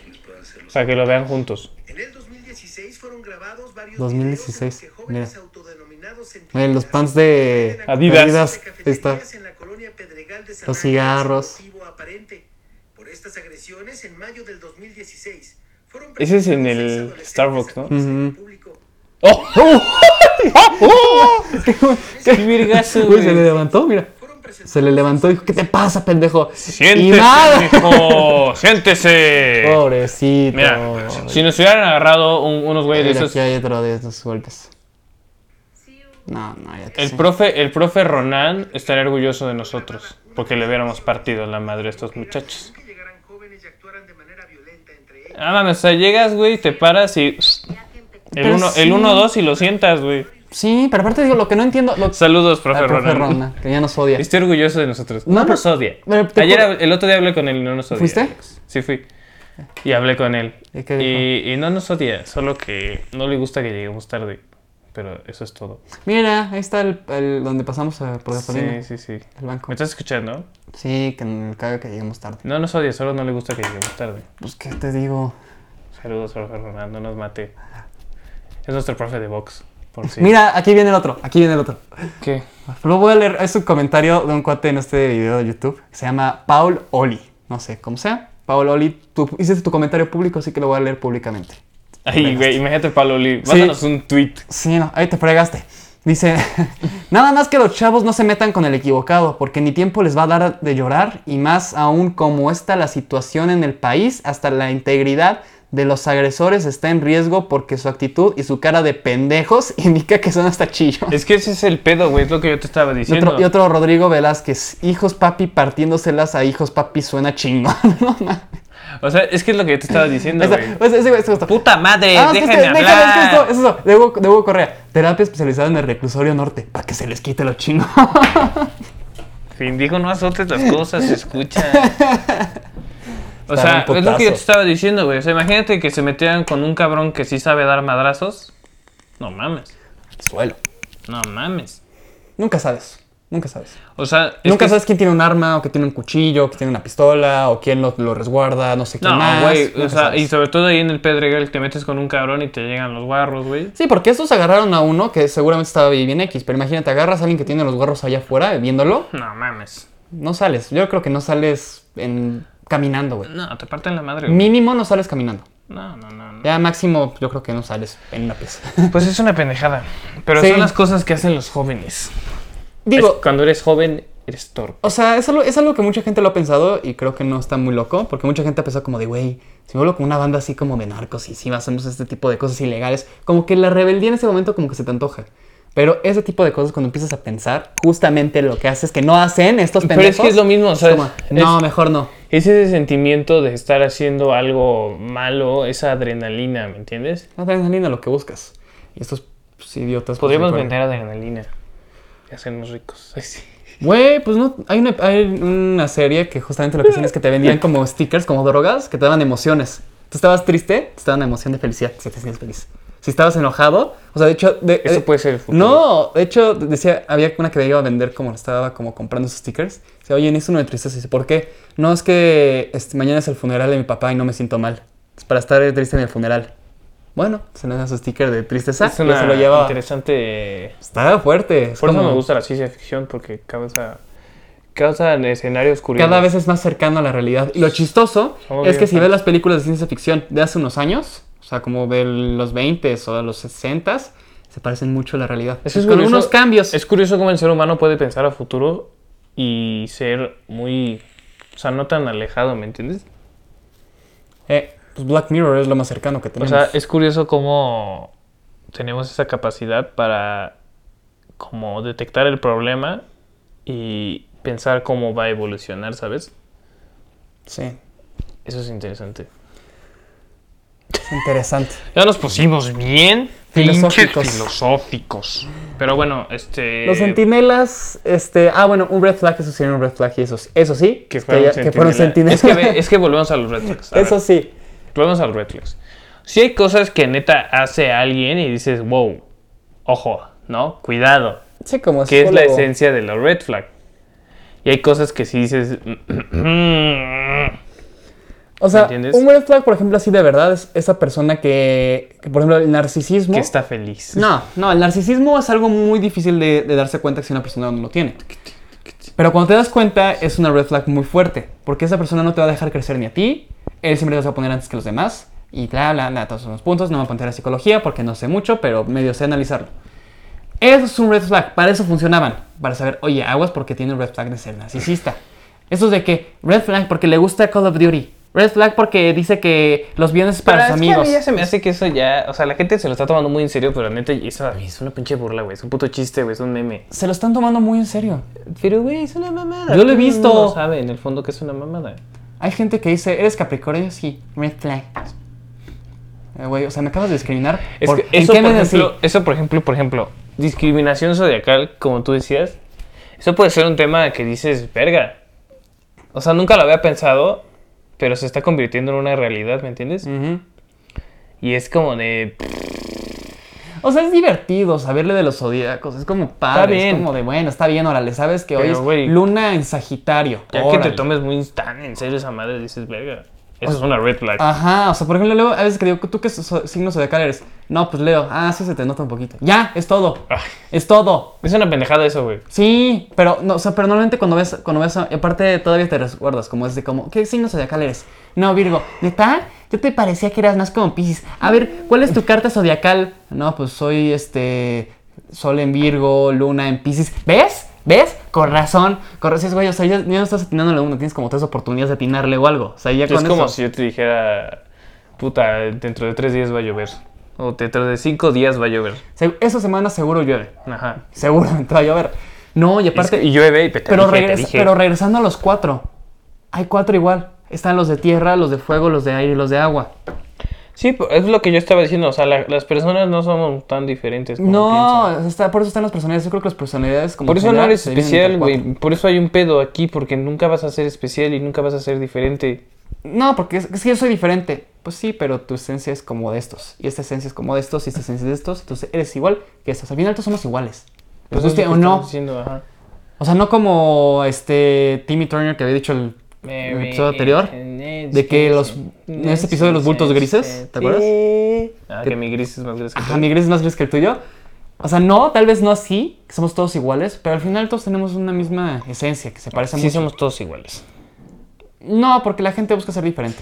Speaker 2: Para que lo vean juntos.
Speaker 5: En el 2016 fueron grabados varios
Speaker 1: 2016,
Speaker 5: videos en los que jóvenes
Speaker 1: mira.
Speaker 5: autodenominados
Speaker 1: Güey, los pants de
Speaker 2: Adidas.
Speaker 1: Adidas. Ahí está.
Speaker 5: cafeterías en la colonia Pedregal de San
Speaker 1: Los
Speaker 5: Ángel,
Speaker 1: cigarros.
Speaker 5: sin motivo aparente. Por estas agresiones en mayo del 2016 fueron
Speaker 2: Ese es en
Speaker 5: presentados
Speaker 2: el
Speaker 5: seis adolescentes
Speaker 2: Starbucks, ¿no?
Speaker 5: acusados en público.
Speaker 2: ¡Oh! ¡Oh! ¡Qué virgazo,
Speaker 1: Güey, se le
Speaker 2: güey!
Speaker 1: levantó, mira.
Speaker 5: Fueron presentados
Speaker 1: Se le levantó y dijo, ¿qué te pasa, pendejo? Y
Speaker 2: ¡Siéntese,
Speaker 1: nada. Oh,
Speaker 2: hijo! ¡Siéntese!
Speaker 1: Pobrecito.
Speaker 2: Mira, si nos hubieran agarrado un- unos güeyes de
Speaker 1: Mira,
Speaker 2: esos
Speaker 1: aquí hay otro de estos golpes. No, no, ya que
Speaker 2: El
Speaker 1: sí.
Speaker 2: profe, el profe Ronan estaría orgulloso de nosotros, porque le hubiéramos partido la madre a estos muchachos.
Speaker 5: que llegaran jóvenes y actuaran de manera violenta entre ellos.
Speaker 2: Ah, mames, o sea, llegas, güey, te paras y... El
Speaker 1: Pero
Speaker 2: 1-2
Speaker 1: sí.
Speaker 2: y lo sientas, güey.
Speaker 1: Sí, pero aparte digo, lo que no entiendo... Lo...
Speaker 2: Saludos, profe,
Speaker 1: Al profe
Speaker 2: Ronan.
Speaker 1: Ronda, que ya nos odia.
Speaker 2: *laughs* Estoy orgulloso de nosotros.
Speaker 1: No,
Speaker 2: No,
Speaker 1: pero-
Speaker 2: nos odia.
Speaker 1: pero te
Speaker 2: Ayer,
Speaker 1: juro-
Speaker 2: hab- el otro día hablé con él y no nos odia.
Speaker 1: ¿Fuiste?
Speaker 2: Alex. Sí, fui. Y hablé con él.
Speaker 1: ¿Y qué dijo?
Speaker 2: Y, y no nos odia, solo que no le gusta que lleguemos tarde. Pero eso es todo.
Speaker 1: Mira, ahí está el, el- donde pasamos a, por gasolina.
Speaker 2: Sí, sí, sí.
Speaker 1: El banco.
Speaker 2: ¿Me estás escuchando?
Speaker 1: Sí, que me caga que lleguemos tarde.
Speaker 2: No nos odia, solo no le gusta que lleguemos tarde.
Speaker 1: Pues, ¿qué te digo?
Speaker 2: Saludos, profe Ronaldo, no nos mate. Es nuestro profe de box. Por si.
Speaker 1: Mira, aquí viene el otro, aquí viene el otro.
Speaker 2: ¿Qué?
Speaker 1: Lo voy a leer, es un comentario de un cuate en este video de YouTube que se llama Paul Oli. No sé cómo sea. Paul Oli, tú hiciste tu comentario público, así que lo voy a leer públicamente.
Speaker 2: Ay, güey, imagínate, Pablo Lee.
Speaker 1: Sí.
Speaker 2: Mándanos un tweet.
Speaker 1: Sí, no, ahí te fregaste. Dice, *laughs* nada más que los chavos no se metan con el equivocado, porque ni tiempo les va a dar de llorar, y más aún como está la situación en el país, hasta la integridad de los agresores está en riesgo porque su actitud y su cara de pendejos *laughs* indica que son hasta chillos.
Speaker 2: Es que ese es el pedo, güey, es lo que yo te estaba
Speaker 1: Y
Speaker 2: diciendo.
Speaker 1: otro, y otro Rodrigo Velázquez, hijos papi partiéndoselas a hijos papi suena chingón. *laughs* No, mames.
Speaker 2: O sea, es que es lo que yo te estaba diciendo,
Speaker 1: Esa-
Speaker 2: güey.
Speaker 1: pues, ese güey, ese güey está-
Speaker 2: Puta madre,
Speaker 1: Ah, es que-
Speaker 2: déjame
Speaker 1: es que- déjame,
Speaker 2: Eh, hablar.
Speaker 1: es que esto- es eso, de Hugo, de Hugo Correa. Terapia especializada en el reclusorio norte, para que se les quite lo
Speaker 2: *laughs*
Speaker 1: chingo.
Speaker 2: Indigo, no azotes las cosas, se escucha.
Speaker 1: *laughs*
Speaker 2: O
Speaker 1: Está
Speaker 2: sea,
Speaker 1: bien
Speaker 2: es lo que yo
Speaker 1: putazo.
Speaker 2: te estaba diciendo, güey. O sea, imagínate que se metieran con un cabrón que sí sabe dar madrazos. No mames,
Speaker 1: Suelo.
Speaker 2: no mames.
Speaker 1: Nunca sabes, nunca sabes.
Speaker 2: O sea, es
Speaker 1: nunca
Speaker 2: que-
Speaker 1: sabes quién tiene un arma, o que tiene un cuchillo, o que tiene una pistola, o quién lo, lo resguarda, no sé qué
Speaker 2: No,
Speaker 1: más.
Speaker 2: güey,
Speaker 1: nunca
Speaker 2: o sea,
Speaker 1: sabes.
Speaker 2: y sobre todo ahí en el Pedregal te metes con un cabrón y te llegan los guarros, güey.
Speaker 1: Sí, porque estos agarraron a uno que seguramente estaba bien X, pero imagínate, agarras a alguien que tiene los guarros allá afuera, viéndolo,
Speaker 2: No mames.
Speaker 1: no sales. Yo creo que no sales en- caminando, güey.
Speaker 2: No, te parten la madre, güey.
Speaker 1: Mínimo no sales caminando.
Speaker 2: No, no, no. no.
Speaker 1: Ya máximo yo creo que no sales en una
Speaker 2: *laughs*
Speaker 1: pieza.
Speaker 2: Pues es una pendejada. Pero
Speaker 1: Sí.
Speaker 2: son las cosas que hacen los jóvenes. Es-
Speaker 1: Digo,
Speaker 2: cuando eres joven, eres torpe.
Speaker 1: o sea, es algo, es algo que mucha gente lo ha pensado y creo que no está muy loco, porque mucha gente ha pensado como de, güey, si me vuelvo con una banda así como de narcos y si hacemos este tipo de cosas ilegales, como que la rebeldía en ese momento como que se te antoja. Pero ese tipo de cosas, cuando empiezas a pensar, justamente lo que haces que no hacen estos
Speaker 2: Pero es
Speaker 1: pendejos.
Speaker 2: que es lo mismo, o sea,
Speaker 1: como, no, mejor no.
Speaker 2: Es ese sentimiento de estar haciendo algo malo, esa adrenalina, ¿me entiendes?
Speaker 1: No adrenalina lo que buscas. Y estos pues, idiotas. pues,
Speaker 2: Podríamos
Speaker 1: sí fueron.
Speaker 2: vender adrenalina y hacernos ricos. Ay, sí.
Speaker 1: Güey, pues no. Hay una, hay una serie que justamente lo que hacían es que te vendían como stickers, como drogas, que te daban emociones. Tú estabas triste, te daban emoción de felicidad, si te sientes feliz. Si estabas enojado, o sea, de hecho. de-
Speaker 2: Eso
Speaker 1: eh,
Speaker 2: puede ser el futuro.
Speaker 1: No, de hecho, decía, había una que iba a vender como estaba como comprando sus stickers. Dice, oye, necesito uno de tristeza. Dice, ¿por qué? No, es que este, mañana es el funeral de mi papá y no me siento mal. Es para estar triste en el funeral. Bueno, se le da su sticker de tristeza
Speaker 2: Es
Speaker 1: y
Speaker 2: una
Speaker 1: se lo lleva.
Speaker 2: interesante.
Speaker 1: Está fuerte. es
Speaker 2: Por eso
Speaker 1: como-
Speaker 2: me gusta la ciencia ficción, porque causa, causa escenarios curiosos.
Speaker 1: Cada vez es más cercano a la realidad. Y lo chistoso
Speaker 2: Obvio,
Speaker 1: es que si
Speaker 2: ajá.
Speaker 1: ves las películas de ciencia ficción de hace unos años, o sea, como de los 20 o de los 60 se parecen mucho a la realidad.
Speaker 2: Eso es
Speaker 1: con
Speaker 2: curioso.
Speaker 1: unos cambios.
Speaker 2: Es curioso cómo el ser humano puede pensar a futuro y ser muy. O sea, no tan alejado, ¿me entiendes?
Speaker 1: Eh, pues Black Mirror es lo más cercano que
Speaker 2: O
Speaker 1: tenemos.
Speaker 2: sea, es curioso cómo tenemos esa capacidad para como detectar el problema y pensar cómo va a evolucionar, ¿sabes?
Speaker 1: Sí,
Speaker 2: Eso es interesante.
Speaker 1: es interesante.
Speaker 2: Ya nos pusimos bien
Speaker 1: Filosóficos.
Speaker 2: pinches filosóficos. Pero bueno, este.
Speaker 1: Los centinelas, este, ah, bueno, un red flag, eso sí, era un red flag, y eso, sí- eso sí,
Speaker 2: Que
Speaker 1: este,
Speaker 2: fueron
Speaker 1: ya- que fueron
Speaker 2: sentinelas.
Speaker 1: sentinelas.
Speaker 2: Es que, *laughs* ve- es que volvemos a los red flags.
Speaker 1: *laughs*
Speaker 2: A
Speaker 1: eso
Speaker 2: ver,
Speaker 1: sí,
Speaker 2: Volvemos a los red flags. Si hay cosas que neta hace alguien y dices, wow, ojo, ¿no? Cuidado.
Speaker 1: sí, como
Speaker 2: que es la
Speaker 1: psicólogo.
Speaker 2: esencia de la red flag. Y hay cosas que si dices. "Mm,
Speaker 1: O sea,
Speaker 2: ¿entiendes?
Speaker 1: un red flag, por ejemplo, así de verdad, es esa persona que, que, por ejemplo, el narcisismo.
Speaker 2: que está feliz.
Speaker 1: No, no, el narcisismo es algo muy difícil de, de darse cuenta si una persona no lo tiene. Pero cuando te das cuenta es una red flag muy fuerte, porque esa persona no te va a dejar crecer ni a ti, él siempre te vas a poner antes que los demás, y bla, bla, bla, todos son los puntos, no me voy a poner a psicología porque no sé mucho, pero medio sé analizarlo. Eso es un red flag, para eso funcionaban, para saber, oye, aguas porque tiene un red flag de ser narcisista. Eso de que, red flag porque le gusta Call of Duty, red flag porque dice que los bienes para sus
Speaker 2: es que a
Speaker 1: amigos.
Speaker 2: mí ya se me hace que eso ya. O sea, la gente se lo está tomando muy en serio, pero neta, y eso a mí es una pinche burla, güey. Es un puto chiste, güey. Es un meme.
Speaker 1: Se lo están tomando muy en serio.
Speaker 2: Pero, güey, es una mamada.
Speaker 1: Yo lo he
Speaker 2: Todo el
Speaker 1: visto.
Speaker 2: mundo sabe en el fondo que es una mamada.
Speaker 1: Hay gente que dice, ¿eres Capricornio? Sí, red flag. Eh, Güey, o sea, me acabas de discriminar.
Speaker 2: Es
Speaker 1: por-
Speaker 2: que
Speaker 1: ¿en
Speaker 2: eso,
Speaker 1: qué
Speaker 2: por
Speaker 1: me decí?
Speaker 2: ejemplo, eso, por ejemplo, por ejemplo, discriminación zodiacal, como tú decías, eso puede ser un tema que dices, verga. O sea, nunca lo había pensado, pero se está convirtiendo en una realidad, ¿me entiendes?
Speaker 1: Ujú.
Speaker 2: Y es como de,
Speaker 1: O sea, es divertido saberle de los zodíacos. Es como padre.
Speaker 2: bien.
Speaker 1: Es como de, bueno, está bien, órale. Sabes que hoy
Speaker 2: Pero,
Speaker 1: es
Speaker 2: güey,
Speaker 1: luna en Sagitario.
Speaker 2: ya que
Speaker 1: órale. Pues,
Speaker 2: te tomes muy tan en serio esa madre, dices, verga. Eso es una red flag.
Speaker 1: Ajá, o sea, por ejemplo, luego a veces que digo, ¿tú qué so- signo zodiacal eres? No, pues Leo. Ah, sí, se te nota un poquito. Ya, es todo.
Speaker 2: Ay,
Speaker 1: Es todo.
Speaker 2: Ah, es una pendejada eso, güey.
Speaker 1: Sí, pero no, o sea, pero normalmente cuando ves, cuando ves, a- y aparte todavía te recuerdas, como es de como, ¿qué signo zodiacal eres? No, Virgo, ¿neta? Yo te parecía que eras más como Pisces. A ver, ¿cuál es tu carta zodiacal? No, pues soy este Sol en Virgo, Luna en Pisces. ¿Ves? ¿Ves? Con razón, con razón, güey, o sea, ya, ya no estás atinándole a uno, tienes como tres oportunidades de atinarle o algo. O sea, ya
Speaker 2: Es
Speaker 1: con
Speaker 2: como
Speaker 1: eso.
Speaker 2: si yo te dijera, puta, dentro de tres días va a llover. O dentro de cinco días va a llover.
Speaker 1: Se- esa semana seguro llueve.
Speaker 2: Ajá.
Speaker 1: *laughs* Seguramente va a llover. No, y aparte.
Speaker 2: Es que- y llueve y te
Speaker 1: Pero,
Speaker 2: dije, te
Speaker 1: regresa-
Speaker 2: dije.
Speaker 1: pero regresando a los cuatro, hay cuatro igual. Están los de tierra, los de fuego, los de aire y los de agua.
Speaker 2: Sí, po- es lo que yo estaba diciendo, o sea, la- las personas no somos tan diferentes como piensan.
Speaker 1: No, está, por eso están las personalidades. Yo creo que las personalidades como...
Speaker 2: Por eso no
Speaker 1: general
Speaker 2: eres
Speaker 1: se dividen
Speaker 2: especial,
Speaker 1: entre
Speaker 2: güey. Por eso hay un pedo aquí, porque nunca vas a ser especial y nunca vas a ser diferente.
Speaker 1: cuatro. No, porque es, es que yo soy diferente. Pues sí, pero tu esencia es como de estos. Y esta esencia es como de estos, y esta esencia es de estos. Entonces eres igual que estos. Al final todos somos iguales. Pues
Speaker 2: Pues es
Speaker 1: guste
Speaker 2: lo
Speaker 1: o
Speaker 2: que
Speaker 1: no.
Speaker 2: estamos diciendo, ajá.
Speaker 1: O sea, no como este Timmy Turner que había dicho el, el episodio anterior.
Speaker 2: De
Speaker 1: De que los... En ese episodio de los bultos grises, ¿te acuerdas?
Speaker 2: Ah, que mi gris es más gris que
Speaker 1: Ajá,
Speaker 2: tú.
Speaker 1: mi gris es más gris que el tuyo. O sea, no, tal vez no así, que somos todos iguales, pero al final todos tenemos una misma esencia, que se parece
Speaker 2: Ah, Sí,
Speaker 1: mucho.
Speaker 2: somos todos iguales.
Speaker 1: No, porque la gente busca ser diferente.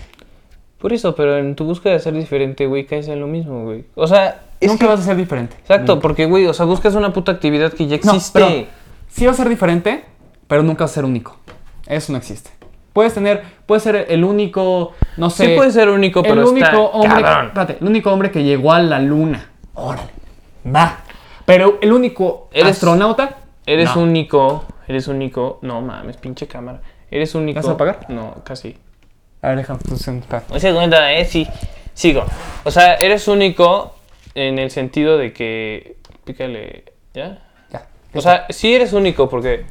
Speaker 2: Por eso, pero en tu búsqueda de ser diferente, güey, caes en lo mismo, güey. O sea, es
Speaker 1: Nunca
Speaker 2: que-
Speaker 1: vas a ser diferente.
Speaker 2: Exacto, porque, güey, o sea, buscas una puta actividad que ya
Speaker 1: Mm. No,
Speaker 2: existe.
Speaker 1: perdón. sí vas a ser diferente, pero nunca vas a ser único. Eso no existe. Puedes tener, puedes ser el único, no sé.
Speaker 2: Sí puede ser único,
Speaker 1: el
Speaker 2: pero
Speaker 1: único
Speaker 2: está
Speaker 1: hombre,
Speaker 2: cabrón.
Speaker 1: espérate, el único hombre que llegó a la luna. Órale, va. Pero el único
Speaker 2: Eres-
Speaker 1: astronauta.
Speaker 2: Eres
Speaker 1: No.
Speaker 2: único, eres único. No mames, pinche cámara. Eres único.
Speaker 1: ¿Vas a apagar?
Speaker 2: No, casi.
Speaker 1: A ver, déjame un segundo, espera.
Speaker 2: Un segundo, eh, sí. Sigo. O sea, eres único en el sentido de que. Pícale. ¿Ya?
Speaker 1: Ya.
Speaker 2: O sea, sí eres único porque.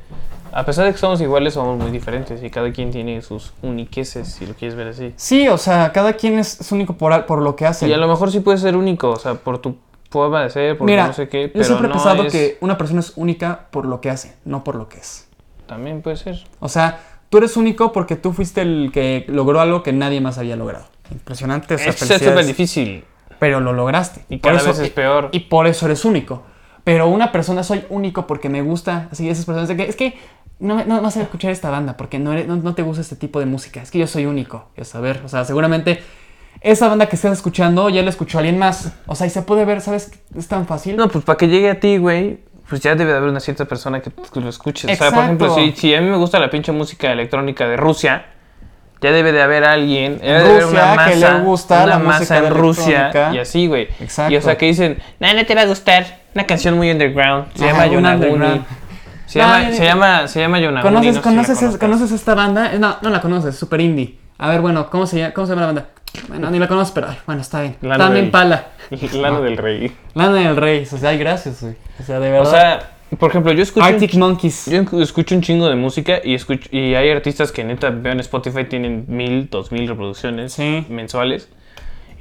Speaker 2: A pesar de que somos iguales, somos muy diferentes y cada quien tiene sus uniqueces, si lo quieres ver así.
Speaker 1: Sí, o sea, cada quien es, es único por, al- por lo que hace.
Speaker 2: Y a lo mejor sí puedes ser único, o sea, por tu forma de ser, por
Speaker 1: Mira,
Speaker 2: no sé qué.
Speaker 1: yo
Speaker 2: Pero
Speaker 1: siempre he
Speaker 2: no
Speaker 1: pensado
Speaker 2: es-
Speaker 1: que una persona es única por lo que hace, no por lo que es.
Speaker 2: También puede ser.
Speaker 1: O sea, tú eres único porque tú fuiste el que logró algo que nadie más había logrado. Impresionante, o sea,
Speaker 2: Es que es súper
Speaker 1: felicidades.
Speaker 2: difícil.
Speaker 1: Pero lo lograste.
Speaker 2: Y
Speaker 1: Por
Speaker 2: cada vez es peor.
Speaker 1: Y por eso eres único. Pero una persona soy único porque me gusta. Así esas personas de que es que no, me- no, no vas a escuchar esta banda porque no, eres- no, no te gusta este tipo de música. Es que yo soy único. Ya saber, o sea, seguramente esa banda que estás escuchando ya la escuchó alguien más. O sea, y se puede ver, ¿sabes? Es tan fácil.
Speaker 2: No, pues para que llegue a ti, güey, pues ya debe de haber una cierta persona que t- lo escuche. O sea, por
Speaker 1: Exacto.
Speaker 2: ejemplo, si, si a mí me gusta la pinche música electrónica de Rusia, ya debe de haber alguien, debe de haber
Speaker 1: Rusia, que le gusta
Speaker 2: una
Speaker 1: la
Speaker 2: masa
Speaker 1: música
Speaker 2: en Rusia
Speaker 1: electrónica.
Speaker 2: y así, güey.
Speaker 1: Exacto.
Speaker 2: Y o sea, que dicen, nada, no te va a gustar, una canción muy underground, se
Speaker 1: Ajá,
Speaker 2: llama
Speaker 1: un
Speaker 2: Yonaguni.
Speaker 1: underground.
Speaker 2: Se,
Speaker 1: No,
Speaker 2: llama,
Speaker 1: no, no.
Speaker 2: se llama, se llama Yonaguni.
Speaker 1: ¿Conoces,
Speaker 2: no sé si la
Speaker 1: conoces, es-
Speaker 2: conozcas.
Speaker 1: ¿Conoces esta banda? Eh, No, no la conoces, super indie. A ver, bueno, ¿cómo se llama, cómo se llama la banda? Bueno, ni la conoces, pero ay, bueno, está bien.
Speaker 2: Lana
Speaker 1: También
Speaker 2: del-
Speaker 1: pala.
Speaker 2: *laughs* Lana del Rey.
Speaker 1: Lana del Rey, o sea, ay, gracias, güey. O sea, de
Speaker 2: O
Speaker 1: verdad.
Speaker 2: sea, por ejemplo, yo escucho... un
Speaker 1: Arctic Monkeys.
Speaker 2: Yo encu- escucho un chingo de música y escucho y hay artistas que neta veo en Spotify tienen mil, dos mil reproducciones
Speaker 1: Sí.
Speaker 2: mensuales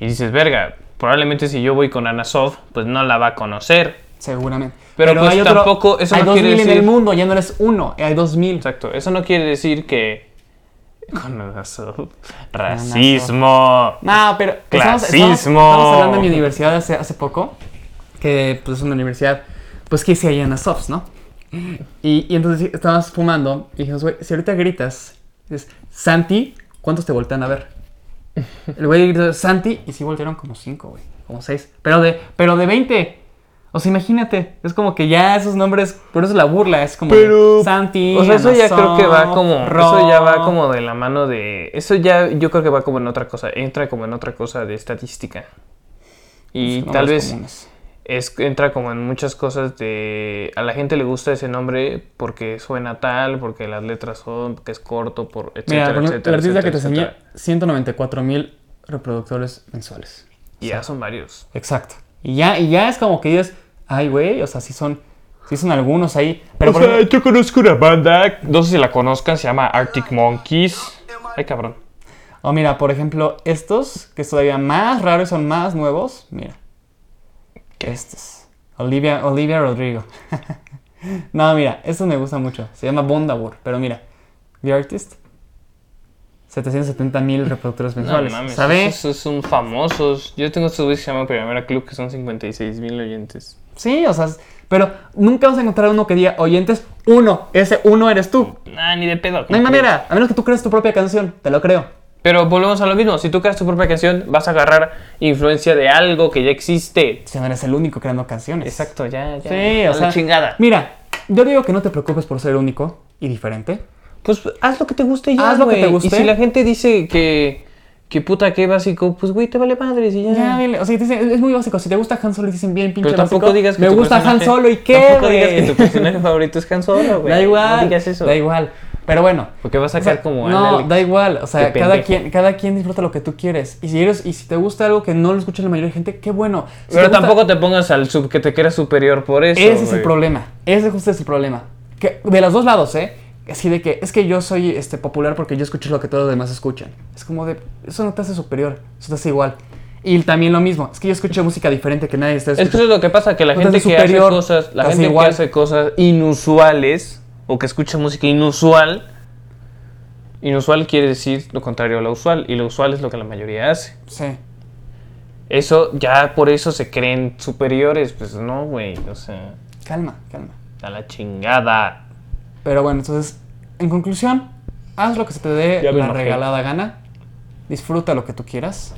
Speaker 2: y dices, verga, probablemente si yo voy con Ana Sof, pues no la va a conocer.
Speaker 1: Seguramente.
Speaker 2: Pero, pues, tampoco- eso
Speaker 1: hay
Speaker 2: no
Speaker 1: dos
Speaker 2: quiere
Speaker 1: mil en
Speaker 2: decir-
Speaker 1: el mundo, ya no eres uno, hay dos mil.
Speaker 2: Exacto, eso no quiere decir que *laughs* con Ana Sof, racismo.
Speaker 1: No, pero estamos-
Speaker 2: Clasismo.
Speaker 1: Estamos, estamos hablando de mi universidad hace, hace poco, que pues es una universidad, pues que hice ahí en las softs, ¿no? Y, y entonces estábamos fumando y dijimos, güey, si ahorita gritas, dices, Santi, ¿cuántos te voltean a ver? El güey gritó, Santi, y sí voltearon como cinco, güey, como seis, pero de, pero de 20. O sea, imagínate, es como que ya esos nombres, por eso la burla, es como de, Santi.
Speaker 2: o sea, eso ya
Speaker 1: Anasoft,
Speaker 2: creo que va como eso
Speaker 1: Ro".
Speaker 2: ya va como de la mano de eso ya yo creo que va como en otra cosa, entra como en otra cosa de estadística. Y
Speaker 1: Nombres
Speaker 2: tal vez
Speaker 1: Pues, comunes.
Speaker 2: es, entra como en muchas cosas de... A la gente le gusta ese nombre porque suena tal, porque las letras son, porque es corto, por, etcétera,
Speaker 1: Mira, con el
Speaker 2: etcétera,
Speaker 1: artista que te
Speaker 2: etcétera,
Speaker 1: enseñé, 194 mil reproductores mensuales.
Speaker 2: etcétera. Y ya son varios.
Speaker 1: Exacto. Y ya, y ya es como que dices, ay, güey, o sea, sí son, sí son algunos ahí. Pero por ejemplo-
Speaker 2: yo conozco una banda, no sé si la conozcan, se llama Arctic Monkeys. Ay, cabrón.
Speaker 1: o oh, mira, por ejemplo, estos, que es todavía más raros, son más nuevos, mira. Estos. Olivia, Olivia Rodrigo. *laughs* no, mira, estos me gustan mucho. Se llama Bondabur, pero mira, The Artist. 770 mil reproductores
Speaker 2: No
Speaker 1: mensuales.
Speaker 2: mames,
Speaker 1: ¿Sabes?
Speaker 2: esos son famosos. Yo tengo estos güeyes que se llaman Primera Club, que son 56 mil oyentes.
Speaker 1: Sí, o sea, es- pero nunca vas a encontrar uno que diga oyentes uno. Ese uno eres tú.
Speaker 2: Ah, ni de
Speaker 1: No
Speaker 2: pedo.
Speaker 1: hay
Speaker 2: ¿cómo crees?
Speaker 1: manera, a menos que tú crees tu propia canción, te lo creo.
Speaker 2: Pero volvemos a lo mismo. Si tú creas tu propia canción, vas a agarrar influencia de algo que ya existe.
Speaker 1: Si no eres el único creando canciones.
Speaker 2: Exacto, ya, ya.
Speaker 1: Sí,
Speaker 2: a
Speaker 1: o
Speaker 2: la
Speaker 1: sea,
Speaker 2: chingada.
Speaker 1: Mira, yo digo que no te preocupes por ser único y diferente.
Speaker 2: Pues haz lo que te guste y ya,
Speaker 1: Haz lo que
Speaker 2: güey.
Speaker 1: te guste.
Speaker 2: Y si la gente dice que, que puta, que básico, pues güey, te vale madres y ya.
Speaker 1: Ya, dile, o sea, te dicen, es muy básico. Si te gusta Han Solo, dicen bien pinche
Speaker 2: Pero tampoco
Speaker 1: básico.
Speaker 2: digas que
Speaker 1: Me
Speaker 2: tu
Speaker 1: gusta Han
Speaker 2: personaje-
Speaker 1: Solo y qué,
Speaker 2: Tampoco
Speaker 1: güey?
Speaker 2: digas que tu personaje favorito es Han Solo,
Speaker 1: *laughs*
Speaker 2: güey.
Speaker 1: Da igual.
Speaker 2: No digas eso.
Speaker 1: Da igual. Pero bueno.
Speaker 2: Porque vas a
Speaker 1: o sea,
Speaker 2: quedar como
Speaker 1: No,
Speaker 2: Alex.
Speaker 1: da igual. O sea,
Speaker 2: Qué
Speaker 1: cada
Speaker 2: pendejo.
Speaker 1: quien, cada quien disfruta lo que tú quieres. Y si eres, y si te gusta algo que no lo escucha la mayoría de gente, qué bueno. Si
Speaker 2: Pero
Speaker 1: te gusta-
Speaker 2: tampoco te pongas al sub que te creas superior por eso.
Speaker 1: Ese es el
Speaker 2: güey.
Speaker 1: problema. Ese justo es el problema. Que de los dos lados, ¿eh? Así de que es que yo soy este, popular porque yo escucho lo que todos los demás escuchan. Es como de, eso no te hace superior, eso te hace igual. Y también lo mismo, es que yo escucho música diferente que nadie está
Speaker 2: Es que
Speaker 1: escuchando.
Speaker 2: eso es lo que pasa, que la
Speaker 1: No te
Speaker 2: gente
Speaker 1: haces
Speaker 2: que
Speaker 1: superior,
Speaker 2: hace cosas, la
Speaker 1: te hace
Speaker 2: gente
Speaker 1: igual.
Speaker 2: que hace cosas inusuales o que escucha música inusual, inusual quiere decir lo contrario a lo usual y lo usual es lo que la mayoría hace.
Speaker 1: Sí.
Speaker 2: Eso ya por eso se creen superiores, pues no, güey, o sea,
Speaker 1: Calma, calma.
Speaker 2: a la chingada.
Speaker 1: Pero bueno, entonces, en conclusión, haz lo que se te dé
Speaker 2: Ya me
Speaker 1: la
Speaker 2: enojé.
Speaker 1: regalada gana. Disfruta lo que tú quieras.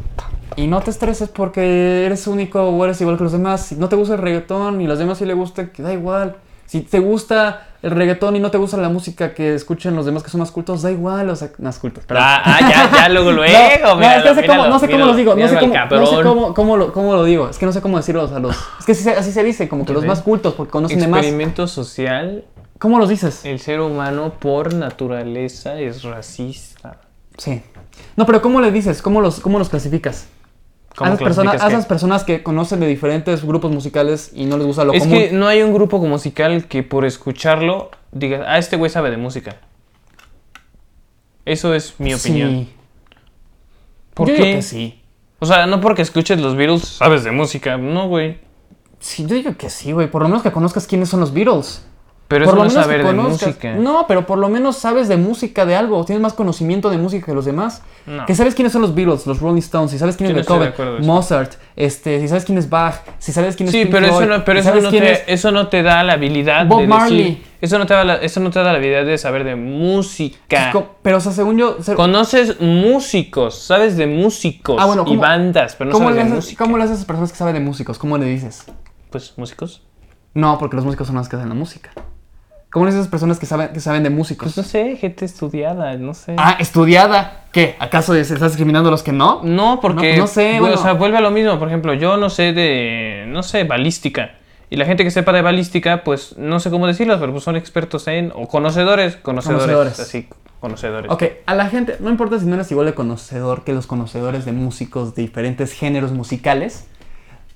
Speaker 1: Y no te estreses porque eres único o eres igual que los demás. Si no te gusta el reggaetón y los demás sí le gusta, que da igual. Si te gusta el reggaetón y no te gusta la música que escuchan los demás que son más cultos, da igual, o sea, más cultos. perdón.
Speaker 2: Ah, ah, ya,
Speaker 1: *laughs*
Speaker 2: ya, luego, luego.
Speaker 1: No, no, es que
Speaker 2: míralo,
Speaker 1: no sé cómo,
Speaker 2: míralo,
Speaker 1: no sé cómo
Speaker 2: míralo,
Speaker 1: lo digo, no sé
Speaker 2: míralo al
Speaker 1: cómo, no sé
Speaker 2: cabrón.
Speaker 1: cómo, cómo lo, cómo lo digo, es que no sé cómo decirlos a los... Es que así se, así se dice, como que los
Speaker 2: Ok.
Speaker 1: más cultos, porque conocen de más.
Speaker 2: Experimento social,
Speaker 1: ¿Cómo los dices?
Speaker 2: el ser humano por naturaleza es racista.
Speaker 1: Sí. No, pero ¿cómo les dices? ¿Cómo los, cómo los clasificas? A
Speaker 2: ¿Cómo
Speaker 1: esas, personas,
Speaker 2: clasificas
Speaker 1: a
Speaker 2: qué?
Speaker 1: esas personas que conocen de diferentes grupos musicales y no les gusta lo
Speaker 2: Es
Speaker 1: común.
Speaker 2: que no hay un grupo musical que por escucharlo digas, ah, este güey sabe de música. Eso es mi opinión.
Speaker 1: Sí.
Speaker 2: ¿Por
Speaker 1: Yo
Speaker 2: qué?
Speaker 1: digo que sí.
Speaker 2: O sea, no porque escuches los Beatles sabes de música, no, güey.
Speaker 1: Sí, yo digo que sí, güey. Por lo menos que conozcas quiénes son los Beatles.
Speaker 2: Pero
Speaker 1: por
Speaker 2: eso
Speaker 1: lo
Speaker 2: no es
Speaker 1: menos que
Speaker 2: saber de
Speaker 1: conozcas-
Speaker 2: música.
Speaker 1: No, pero por lo menos sabes de música de algo. Tienes más conocimiento de música que los demás.
Speaker 2: No.
Speaker 1: Que sabes quiénes son los Beatles, los Rolling Stones, si sabes quién es
Speaker 2: Yo no estoy de
Speaker 1: Beethoven,
Speaker 2: acuerdo, sí.
Speaker 1: Mozart, este, si sabes quién es Bach, si sabes quién es
Speaker 2: Sí,
Speaker 1: Pink
Speaker 2: pero eso
Speaker 1: Floyd,
Speaker 2: no, pero
Speaker 1: si
Speaker 2: eso
Speaker 1: este sabes
Speaker 2: no,
Speaker 1: quién
Speaker 2: te,
Speaker 1: es-
Speaker 2: eso no te da la habilidad
Speaker 1: Bob
Speaker 2: de
Speaker 1: Marley.
Speaker 2: decir. Eso no, te da la, eso no te da la habilidad de saber de música.
Speaker 1: Co- Pero, o sea, según yo... se-
Speaker 2: Conoces músicos, sabes de músicos
Speaker 1: Ah, bueno,
Speaker 2: y
Speaker 1: ¿cómo-
Speaker 2: bandas, pero no
Speaker 1: ¿Cómo
Speaker 2: sabes
Speaker 1: le,
Speaker 2: de
Speaker 1: haces,
Speaker 2: música.
Speaker 1: ¿Cómo le haces a esas personas que saben de músicos? ¿Cómo le dices?
Speaker 2: Pues músicos.
Speaker 1: No, porque los músicos son las que hacen la música. ¿Cómo le dices a esas personas que saben, que saben de músicos?
Speaker 2: Pues no sé, gente estudiada, no sé.
Speaker 1: Ah, estudiada. ¿Qué? ¿Acaso es- estás discriminando a los que no? pues,
Speaker 2: No, pues porque.
Speaker 1: No, no sé,
Speaker 2: vu-
Speaker 1: bueno.
Speaker 2: O sea, vuelve a lo mismo. Por ejemplo, yo no sé de. No sé, balística. Y la gente que sepa de balística, pues no sé cómo decirlo, pero pues son expertos en. O conocedores. Conocedores.
Speaker 1: Conocedores.
Speaker 2: Así, conocedores.
Speaker 1: Ok, a la gente, no importa si no eres igual de conocedor que los conocedores de músicos de diferentes géneros musicales,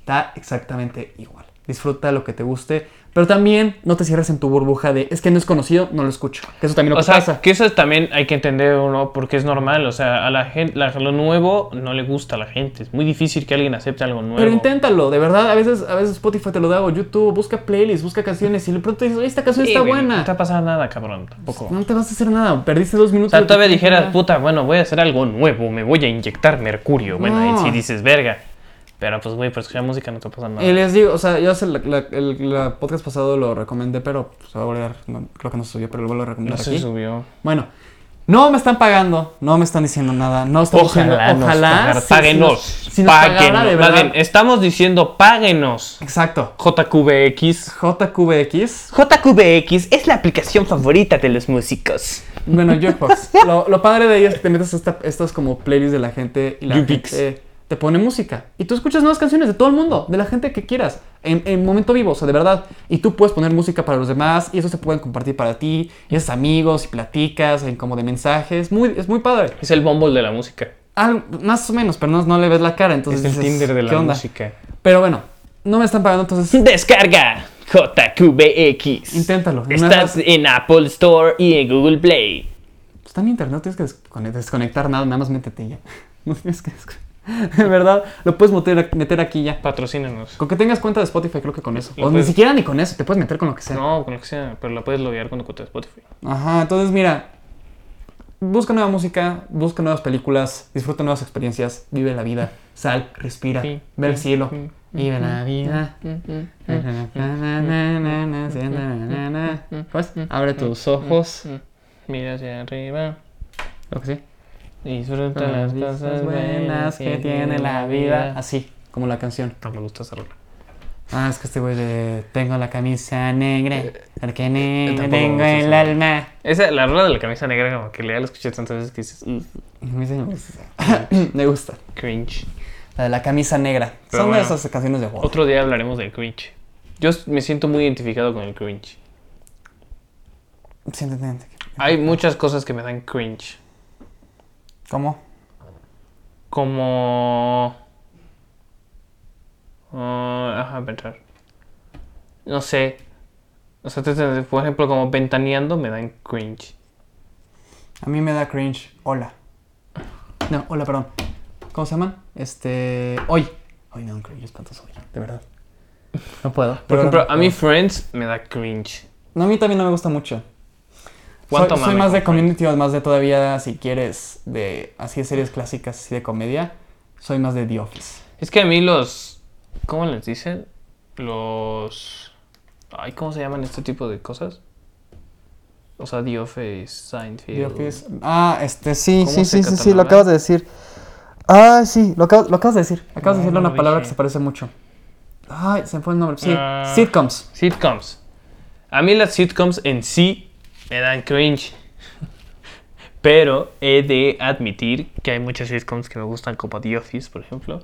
Speaker 1: da exactamente igual. Disfruta lo que te guste, pero también no te cierres en tu burbuja de es que no es conocido, no lo escucho. Que eso también lo
Speaker 2: O
Speaker 1: que
Speaker 2: sea,
Speaker 1: pasa.
Speaker 2: que eso también hay que entender uno, porque es normal. O sea, a la gente, lo nuevo no le gusta a la gente. Es muy difícil que alguien acepte algo nuevo.
Speaker 1: Pero inténtalo, de verdad, a veces, a veces Spotify te lo da o YouTube, busca playlists, busca canciones y de pronto dices, "Oye, esta canción
Speaker 2: Sí,
Speaker 1: está
Speaker 2: güey,
Speaker 1: buena. Pues,
Speaker 2: No te va a pasar nada, cabrón. Tampoco.
Speaker 1: No te vas a hacer nada, perdiste dos
Speaker 2: O
Speaker 1: minutos.
Speaker 2: sea,
Speaker 1: de tu
Speaker 2: todavía
Speaker 1: vida.
Speaker 2: dijeras, puta, bueno, voy a hacer algo nuevo, me voy a inyectar mercurio. Bueno,
Speaker 1: No.
Speaker 2: ahí sí dices, verga. Pero pues, güey, por escuchar música no te pasa nada.
Speaker 1: Y les digo, o sea, yo hace la, la- el la podcast pasado lo recomendé, pero pues, se va a volver, no, creo que no se subió, pero lo vuelvo a recomendar
Speaker 2: no se
Speaker 1: aquí.
Speaker 2: subió.
Speaker 1: Bueno, no me están pagando, no me están diciendo nada, no están
Speaker 2: Ojalá,
Speaker 1: diciendo,
Speaker 2: nos
Speaker 1: ojalá.
Speaker 2: pagara-
Speaker 1: si-
Speaker 2: páguenos.
Speaker 1: si, nos
Speaker 2: páguenos.
Speaker 1: pagara de
Speaker 2: Más
Speaker 1: verdad.
Speaker 2: bien, estamos diciendo páguenos.
Speaker 1: Exacto.
Speaker 2: JQBX.
Speaker 1: JQBX,
Speaker 2: JQBX es la aplicación favorita de los músicos.
Speaker 1: bueno,
Speaker 2: *laughs*
Speaker 1: Jukebox. lo, lo padre de ellos es que te metes a esta- estas como playlists de la gente y la
Speaker 2: Jukebox.
Speaker 1: gente te pone música. Y tú escuchas nuevas canciones de todo el mundo, de la gente que quieras, en, en momento vivo, o sea, de verdad. Y tú puedes poner música para los demás y eso se pueden compartir para ti, y haces amigos y platicas en como de mensajes. Muy, es muy padre.
Speaker 2: Es el Bumble de la música.
Speaker 1: Algo- más o menos, pero no, no le ves la cara, entonces
Speaker 2: Es el
Speaker 1: dices,
Speaker 2: Tinder de
Speaker 1: "¿Qué
Speaker 2: la
Speaker 1: onda?".
Speaker 2: música.
Speaker 1: Pero bueno, no me están pagando, entonces
Speaker 2: *laughs* Descarga JQBX.
Speaker 1: Inténtalo. En una
Speaker 2: Estás
Speaker 1: de
Speaker 2: en Apple Store y en Google Play.
Speaker 1: Pues está en internet, no tienes que descone- desconectar nada, nada más métete y ya. *laughs* No tienes que desconectar. *laughs* De verdad, lo puedes meter, meter aquí ya.
Speaker 2: Patrocínanos.
Speaker 1: Con que tengas cuenta de Spotify, creo que con eso.
Speaker 2: Lo
Speaker 1: o ni
Speaker 2: puedes-
Speaker 1: siquiera ni con eso, te puedes meter con lo que sea.
Speaker 2: No, con lo que sea, pero la puedes loguear con tu cuenta de Spotify.
Speaker 1: Ajá, entonces mira, busca nueva música, busca nuevas películas, disfruta nuevas experiencias, vive la vida, sal, respira,
Speaker 2: Sí,
Speaker 1: ve el
Speaker 2: sí,
Speaker 1: cielo,
Speaker 2: sí,
Speaker 1: vive la vida. ¿Cómo es? Pues, Abre tus ojos.
Speaker 2: Mira hacia arriba.
Speaker 1: Lo que sí.
Speaker 2: y Disfruta
Speaker 1: Todas
Speaker 2: las cosas buenas
Speaker 1: que tiene la vida. Así, como la canción.
Speaker 2: No me gusta esa rola.
Speaker 1: Ah, es que este güey de Tengo la camisa negra, porque negra
Speaker 2: Eh, tampoco me
Speaker 1: tengo
Speaker 2: gusta esa
Speaker 1: el
Speaker 2: rola.
Speaker 1: alma.
Speaker 2: Esa, la rola de la camisa negra, como que ya la escuché tantas veces que dices, "Mm, "Ugh,
Speaker 1: A mí sí me gusta. *clears throat* Me gusta.
Speaker 2: cringe.
Speaker 1: La de la camisa negra.
Speaker 2: Pero
Speaker 1: Son
Speaker 2: bueno.
Speaker 1: de esas canciones de Wall.
Speaker 2: Otro día hablaremos del cringe. Yo s- me siento muy identificado con el cringe.
Speaker 1: Sí, entiendo.
Speaker 2: Hay muchas cosas que me dan cringe.
Speaker 1: ¿Cómo?
Speaker 2: como ah, ajá pensar no sé o sea te- te- por ejemplo como ventaneando me dan cringe
Speaker 1: A mí me da cringe. Hola. No, hola, perdón. ¿Cómo se llaman? Este. Hoy. Hoy me dan cringe espantoso hoy, de verdad. No puedo.
Speaker 2: por
Speaker 1: Pero
Speaker 2: ejemplo
Speaker 1: no,
Speaker 2: a mí Friends me da cringe
Speaker 1: No, a mí también no me gusta mucho. Soy,
Speaker 2: ¿Cuánto
Speaker 1: soy
Speaker 2: mame
Speaker 1: más de
Speaker 2: con Friends?
Speaker 1: community, más de todavía, si quieres, de así de series clásicas, así de comedia. Soy más de The Office.
Speaker 2: es que a mí los cómo les dicen los ay cómo se llaman este tipo de cosas o sea The Office Seinfeld
Speaker 1: The Office. Ah, este, sí,
Speaker 2: ¿Cómo
Speaker 1: sí,
Speaker 2: se
Speaker 1: sí, sí, sí, lo
Speaker 2: catalogaba?
Speaker 1: acabas de decir. Ah, sí, lo acabas, lo acabas de decir. Acabas de
Speaker 2: No,
Speaker 1: decirle
Speaker 2: no
Speaker 1: una
Speaker 2: lo
Speaker 1: palabra que
Speaker 2: dije.
Speaker 1: se parece mucho. Ay, se me fue el nombre. Sí,
Speaker 2: Ah.
Speaker 1: sitcoms.
Speaker 2: sitcoms
Speaker 6: A mí las sitcoms en sí me dan cringe. *laughs* Pero he de admitir que hay muchas sitcoms que me gustan, como The Office, por ejemplo.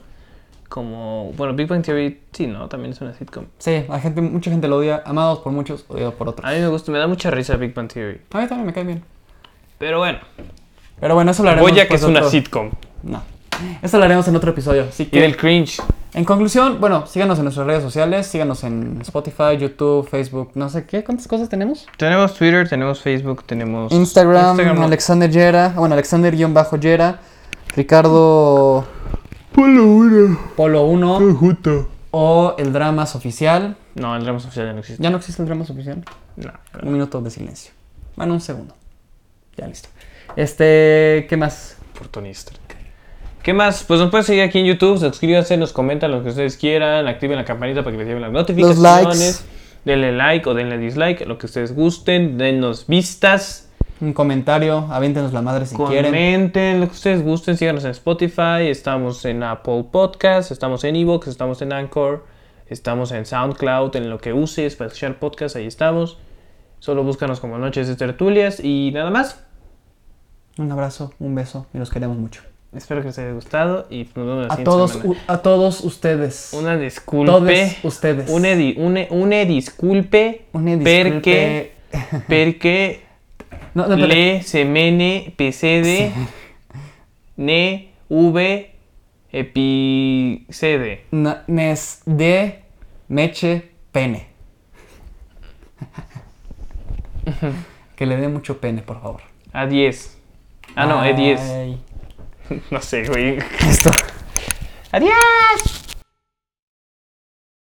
Speaker 6: Como, bueno, Big Bang Theory, sí, ¿no? También es una sitcom.
Speaker 1: Sí, a gente, mucha gente lo odia, amados por muchos, odiados por otros.
Speaker 6: A mí me gusta, me da mucha risa Big Bang Theory.
Speaker 1: A mí también me cae bien.
Speaker 6: Pero bueno,
Speaker 1: Pero bueno, eso lo haremos.
Speaker 6: Boya que
Speaker 1: pues,
Speaker 6: es una
Speaker 1: otro-
Speaker 6: sitcom.
Speaker 1: No. Eso lo haremos en otro episodio. Así
Speaker 6: Y
Speaker 1: que,
Speaker 6: del cringe.
Speaker 1: en conclusión, bueno, síganos en nuestras redes sociales, síganos en Spotify, YouTube, Facebook, no sé qué, ¿cuántas cosas tenemos?
Speaker 6: Tenemos Twitter, tenemos Facebook, tenemos
Speaker 1: Instagram,
Speaker 6: no.
Speaker 1: Alexander Yera, bueno, Alexander-Yera, Ricardo Polo 1, o el Dramas Oficial.
Speaker 6: No, el Ramos Oficial ya no existe.
Speaker 1: ¿Ya no existe el Dramas Oficial?
Speaker 6: No.
Speaker 1: Un minuto de silencio. Bueno, un segundo. Ya listo. Este, ¿qué más?
Speaker 6: oportunista. ¿Qué más? Pues nos pueden seguir aquí en YouTube, suscríbanse, nos comentan lo que ustedes quieran, activen la campanita para que les lleguen las notificaciones.
Speaker 1: likes.
Speaker 6: Denle like o denle dislike, lo que ustedes gusten, dennos vistas,
Speaker 1: Un comentario, aviéntenos la madre si quieren.
Speaker 6: comenten lo que ustedes gusten, síganos en Spotify, estamos en Apple Podcast, estamos en Evox, estamos en Anchor, estamos en SoundCloud, en lo que uses para escuchar podcast, ahí estamos. Solo búscanos como Noches de Tertulias y nada más.
Speaker 1: Un abrazo, un beso y los queremos mucho.
Speaker 6: Espero que les haya gustado y nos vemos la
Speaker 1: A
Speaker 6: siguiente
Speaker 1: todos,
Speaker 6: semana.
Speaker 1: u- a todos ustedes.
Speaker 6: Una disculpe.
Speaker 1: Todos ustedes.
Speaker 6: Una, di- une- une disculpe.
Speaker 1: Une *laughs*
Speaker 6: Perque. Perque.
Speaker 1: No, no, espérate.
Speaker 6: le semene pcd. Ne. V. Epicede.
Speaker 1: Na- nes de meche
Speaker 6: *laughs*
Speaker 1: pene. que le dé mucho pene, por favor.
Speaker 6: A 10. Ah, no, a 10.
Speaker 1: Ay.
Speaker 6: No sé, güey.
Speaker 1: Listo.
Speaker 6: Adiós.